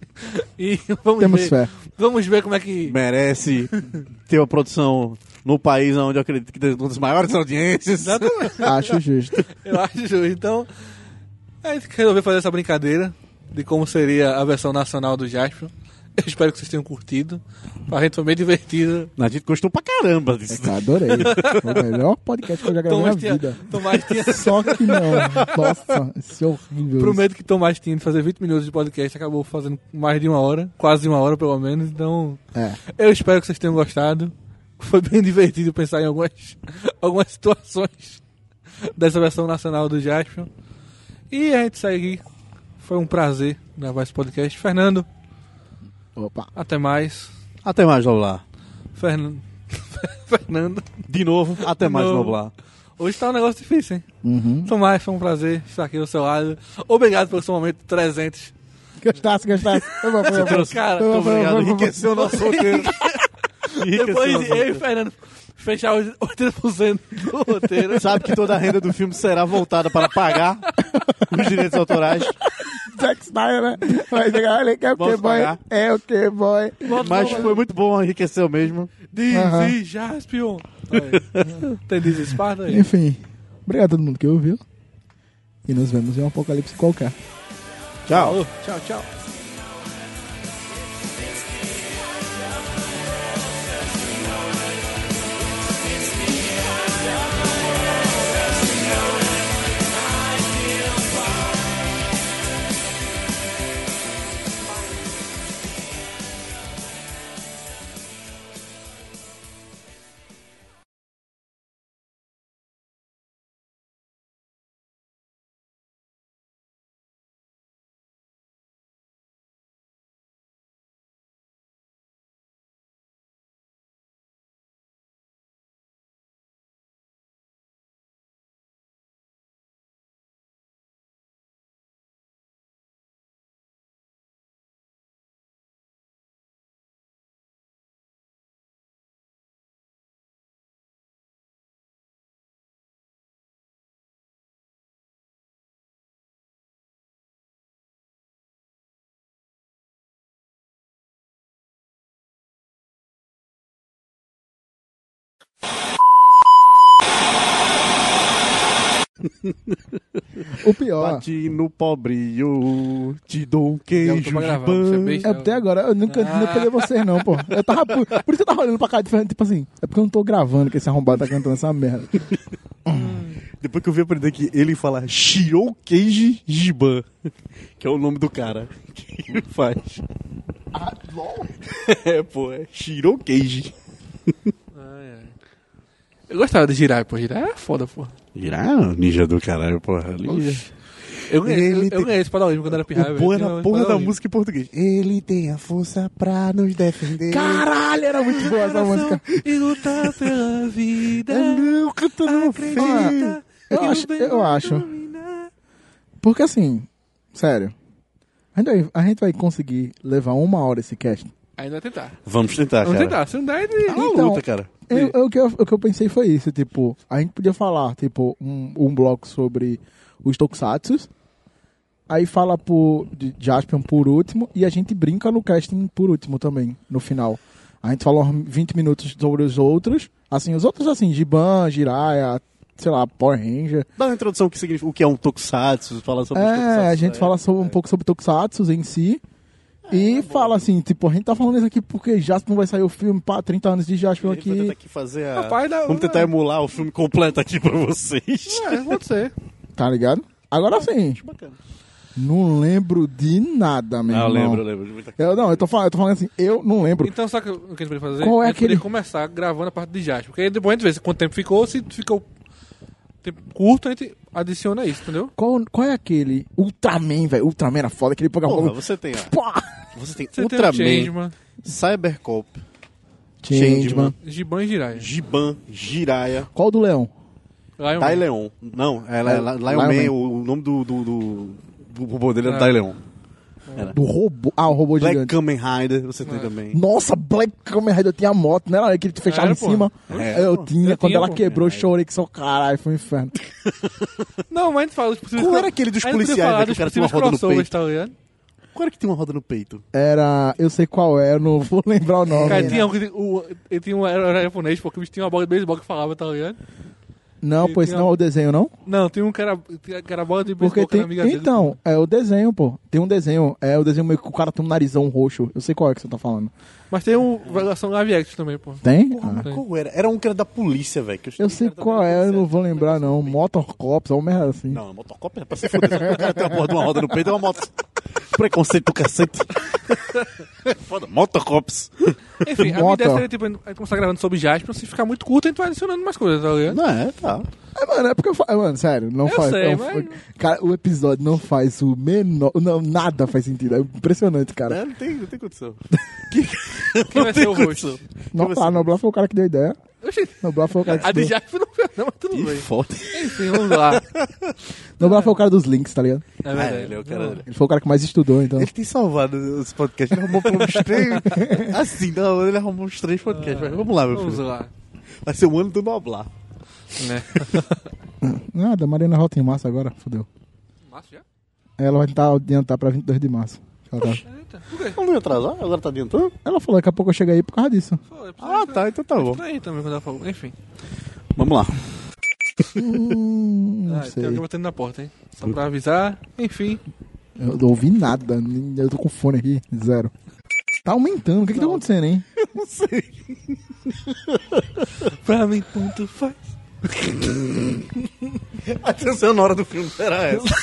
e vamos
Temos
ver.
fé.
Vamos ver como é [laughs] que.
Merece ter uma produção no país onde eu acredito que tem uma das maiores audiências.
Acho justo.
Eu acho. Então, a gente resolveu fazer essa brincadeira de como seria a versão nacional do Jasper. Eu espero que vocês tenham curtido. A gente foi meio divertido.
A gente gostou pra caramba
É,
disso.
cara, adorei. Foi o melhor podcast que eu já gravei
Tomás
na
Então, tinha,
vida.
Tomás tinha
Só que não. Nossa, isso é horrível.
pro
isso.
medo que Tomás tinha de fazer 20 minutos de podcast, acabou fazendo mais de uma hora, quase uma hora pelo menos. Então,
É.
eu espero que vocês [laughs] tenham gostado. Foi bem divertido pensar em algumas, algumas situações dessa versão nacional do Jaspion. E a gente segue. Foi um prazer gravar esse podcast. Fernando,
Opa.
até mais.
Até mais, Noblar.
Fern... [laughs] Fernando.
De novo, até mais,
novo.
Noblar.
Hoje tá um negócio difícil, hein?
Uhum.
Tomar, foi um prazer estar aqui ao seu lado. Obrigado pelo seu momento 300.
Gostasse, gostasse. Foi bom, foi bom, foi bom.
Cara,
Foi
Obrigado,
bom, foi bom, foi bom, foi bom.
enriqueceu o nosso roteiro. Enriqueceu
depois eu
nosso
e
roteiro.
Fernando fechar os 80% do roteiro.
Sabe que toda a renda do filme será voltada
[laughs]
para pagar os direitos autorais.
Zack Snyder, né? Mas olha que é o
Vamos
que, boy?
pagar.
É o que, boy?
Mas foi muito bom, enriqueceu mesmo.
Dizzy, Jaspion. Aí. Tem Dizzy Esparta aí.
Enfim, obrigado a todo mundo que ouviu. E nos vemos em um apocalipse qualquer.
Tchau.
Tchau, tchau.
O pior
Bati no pobrinho, te dou um
Eu
queijo
tô
de
pra gravar, você é
pão.
besta.
é até agora, eu nunca não peguei vocês não, pô. Eu tava, por, por isso que eu tava olhando pra cara diferente, tipo assim, é porque eu não tô gravando que esse arrombado tá cantando essa merda.
Depois que eu vi aprender que ele fala Shirou Keiji Jiban, [laughs] que é o nome do cara [laughs] que ele faz. [laughs] É, pô, é Shirou Keiji.
Ai, ai. Eu gostava de girar, pô. Girar era foda, pô.
Irá, ninja do caralho, porra.
Oxe. Eu ganhei, eu,
Ele
eu
tem-
ganhei esse paralímpico quando era pirraia.
O bom era a
velho. um
porra da
Paralímpico.
música em português. Ele tem a força pra nos defender.
Caralho, era muito boa essa música. É
E lutar pela vida.
Não, cantando feio.
Acredita.
Eu
que o
acho-
bem
eu
vai
acho.
dominar.
Porque assim, sério, a gente, vai- a gente vai conseguir levar uma hora esse cast.
Ainda vai tentar.
Vamos tentar,
Vamos
cara.
tentar. Se não der, ele...
É uma
Então-
luta, cara.
Eu, eu- o, que eu, o que eu pensei foi isso, tipo, a gente podia falar, tipo, um, um bloco sobre os tokusatsus, aí fala por, de Jaspion por último, e a gente brinca no casting por último também, no final. A gente fala uns 20 minutos sobre os outros, assim, os outros assim, Giban, Jiraiya, sei lá, Power Ranger.
Dá uma introdução que significa, o que é um tokusatsu, fala sobre os
É, a
tokusatsu,
gente
né?
fala sobre- um pouco sobre tokusatsus em si.
É,
E fala assim, tipo, a gente tá falando isso aqui porque Jaspion vai sair o filme, pá, 30 anos de Jaspion
A gente vai
aqui.
tentar aqui fazer a...
Rapaz, é. dá-
Vamos tentar emular o filme completo aqui pra vocês. [laughs]
É, pode ser.
Tá ligado? Agora sim.
Bacana.
Não lembro de nada, meu
Ah, eu
irmão.
lembro, eu lembro. de muita coisa.
Eu, não, eu tô, falando, eu tô falando assim, eu não lembro.
Então, sabe o que o que a gente podia fazer?
Qual é
a gente
aquele-
podia começar gravando a parte de Jasper. Porque aí depois a gente vê se quanto tempo ficou, se ficou tempo curto, a gente adiciona isso, entendeu?
Qual, qual é aquele? Ultraman, velho. Ultraman era foda, aquele Pokémon.
Porra, você tem, ó,
Pá!
você tem
Você
Ultraman,
tem o Changeman,
Cybercop,
Changeman.
Giban e Jiraiya.
Giban, Jiraya,
Qual do leão?
Lion
Dai
Man.
Leon. Não, é, é, Lion,
Lion Man.
Man, o, o nome do, do, do, do robô dele é
É.
Dai Leon.
Do robô. Ah, o robô
Black
gigante.
Kamen Rider, você
É.
tem também.
Nossa, Black Kamen Rider, eu tinha a moto, né? Era aquele que tu fechava
Era,
em
pô.
cima.
É.
eu tinha,
Eu
quando
tinha,
ela
pô.
quebrou, eu chorei que só caralho, foi um inferno.
Não, mas a gente fala dos possíveis...
Qual era aquele dos
A gente podia
policiais,
falar
né, que
dos
o cara tinha uma
possíveis
roda no
crossovers,
peito?
Tá ligado?
Qual era que tem uma roda no peito?
Era. Eu sei qual é, eu não [laughs] vou lembrar o
É,
nome.
né?
Cara, tinha um, que- o, ele tinha um era, era japonês, porque o bicho tinha uma bola de beisebol que falava, tá ligado?
Não, pô, esse
tinha-
não é o desenho, não?
Não, tem um que era, que era bola de
Porque
beisebol que
tem.
era amiga dele.
Então, é o desenho, pô. Tem um desenho. É o desenho meio que o cara tem um narizão roxo. Eu sei qual é que você tá falando.
Mas tem um versão live action também,
[laughs]
pô.
Tem? Ah.
Porra, mas
tem.
qual era? Era um que era da polícia, velho. que
Eu sei qual é, eu não
né?
vou lembrar, não. Motor Corps, é uma merda assim.
Não, motocópio é pra se foder. O cara tem uma porra de uma roda no peito, é uma moto. Preconceito do cacete. [laughs] Foda, Motocops.
Enfim, a minha
Bota.
ideia seria, tipo, a gente começar gravando sobre Jaspion, se ficar muito curto, a gente vai adicionando mais coisas, tá ligado?
Não, é, tá.
É, mano, é porque eu falo. Mano, sério, não
Eu
faz.
sei,
não
mas-
foi- Cara, o episódio não faz o menor. Não, nada faz sentido. É impressionante, cara.
É, não, tem, não tem condição.
Quem vai ser o rosto?
Não,
como
ah, Noblar foi o cara que deu a ideia.
tipo assim- Oxi,
Noblar foi o cara
[laughs] A
que
de
deu.
Jaspion não foi, não, mas tudo bem.
Foda.
Enfim, vamos [laughs] lá.
Noblar foi o cara dos links, tá ligado?
É
Ah,
verdade.
ele é o caralho.
Ele foi o cara que mais estudou,
[laughs]
então.
Ele tem salvado os podcasts. Ele arrumou uns três. Assim, da hora ele arrumou uns três podcasts. Vai, Vamos lá, meu
Vamos
filho.
lá.
Vai ser o ano do Noblar.
Né?
Nada, Mariana Rota em março agora, fodeu.
Márcio já?
Ela vai tentar adiantar pra 22 de março. Ela, tá-
Eita, por quê?
Não ia atrasar? Agora tá adiantando?
Ela falou, daqui a pouco eu chego aí por causa disso.
Pô, é pra-
Ah, tá. Então tá bom.
Por aí também, quando ela falou. Enfim.
Vamos lá.
Hum, não
Ah, tem
sei.
alguém batendo na porta, hein? Só pra avisar. Enfim.
Eu não ouvi nada. nem- Eu tô com fone aqui, zero. Tá aumentando. O que que tá acontecendo, hein?
Pra mim, ponto [laughs] faz.
Atenção na hora do filme. Será
[laughs]
essa?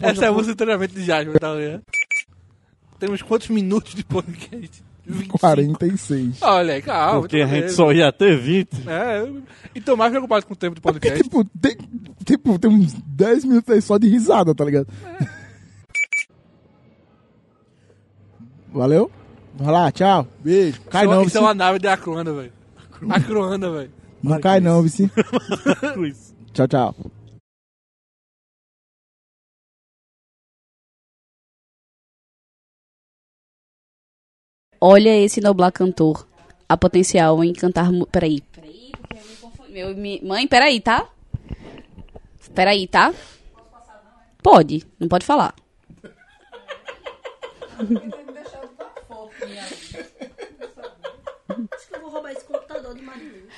Essa é a música de treinamento de Jasper, tá ligado? Temos quantos minutos de [laughs] podcast? 25.
46.
Olha, calma.
Porque a
tudo
gente
bem.
só ia ter 20.
É, eu- então mais preocupado com o tempo do
Porque,
podcast.
[laughs]
tipo, tem, tipo, tem uns 10 minutos aí só de risada, tá ligado?
É.
Valeu? Vai lá, tchau. Beijo. Cai
isso, é-
não,
isso
vice.
é uma nave de Acroanda, velho. Acroanda,
[laughs]
velho.
Não cai não, vice. tchau, tchau.
Olha esse Noblar cantor. A potencial em cantar. mu- Peraí. Peraí, porque eu me confundi. Meu, me- Mãe, peraí, tá? Peraí, tá? Pode, não pode falar.
Acho que eu vou roubar esse computador do Marinho.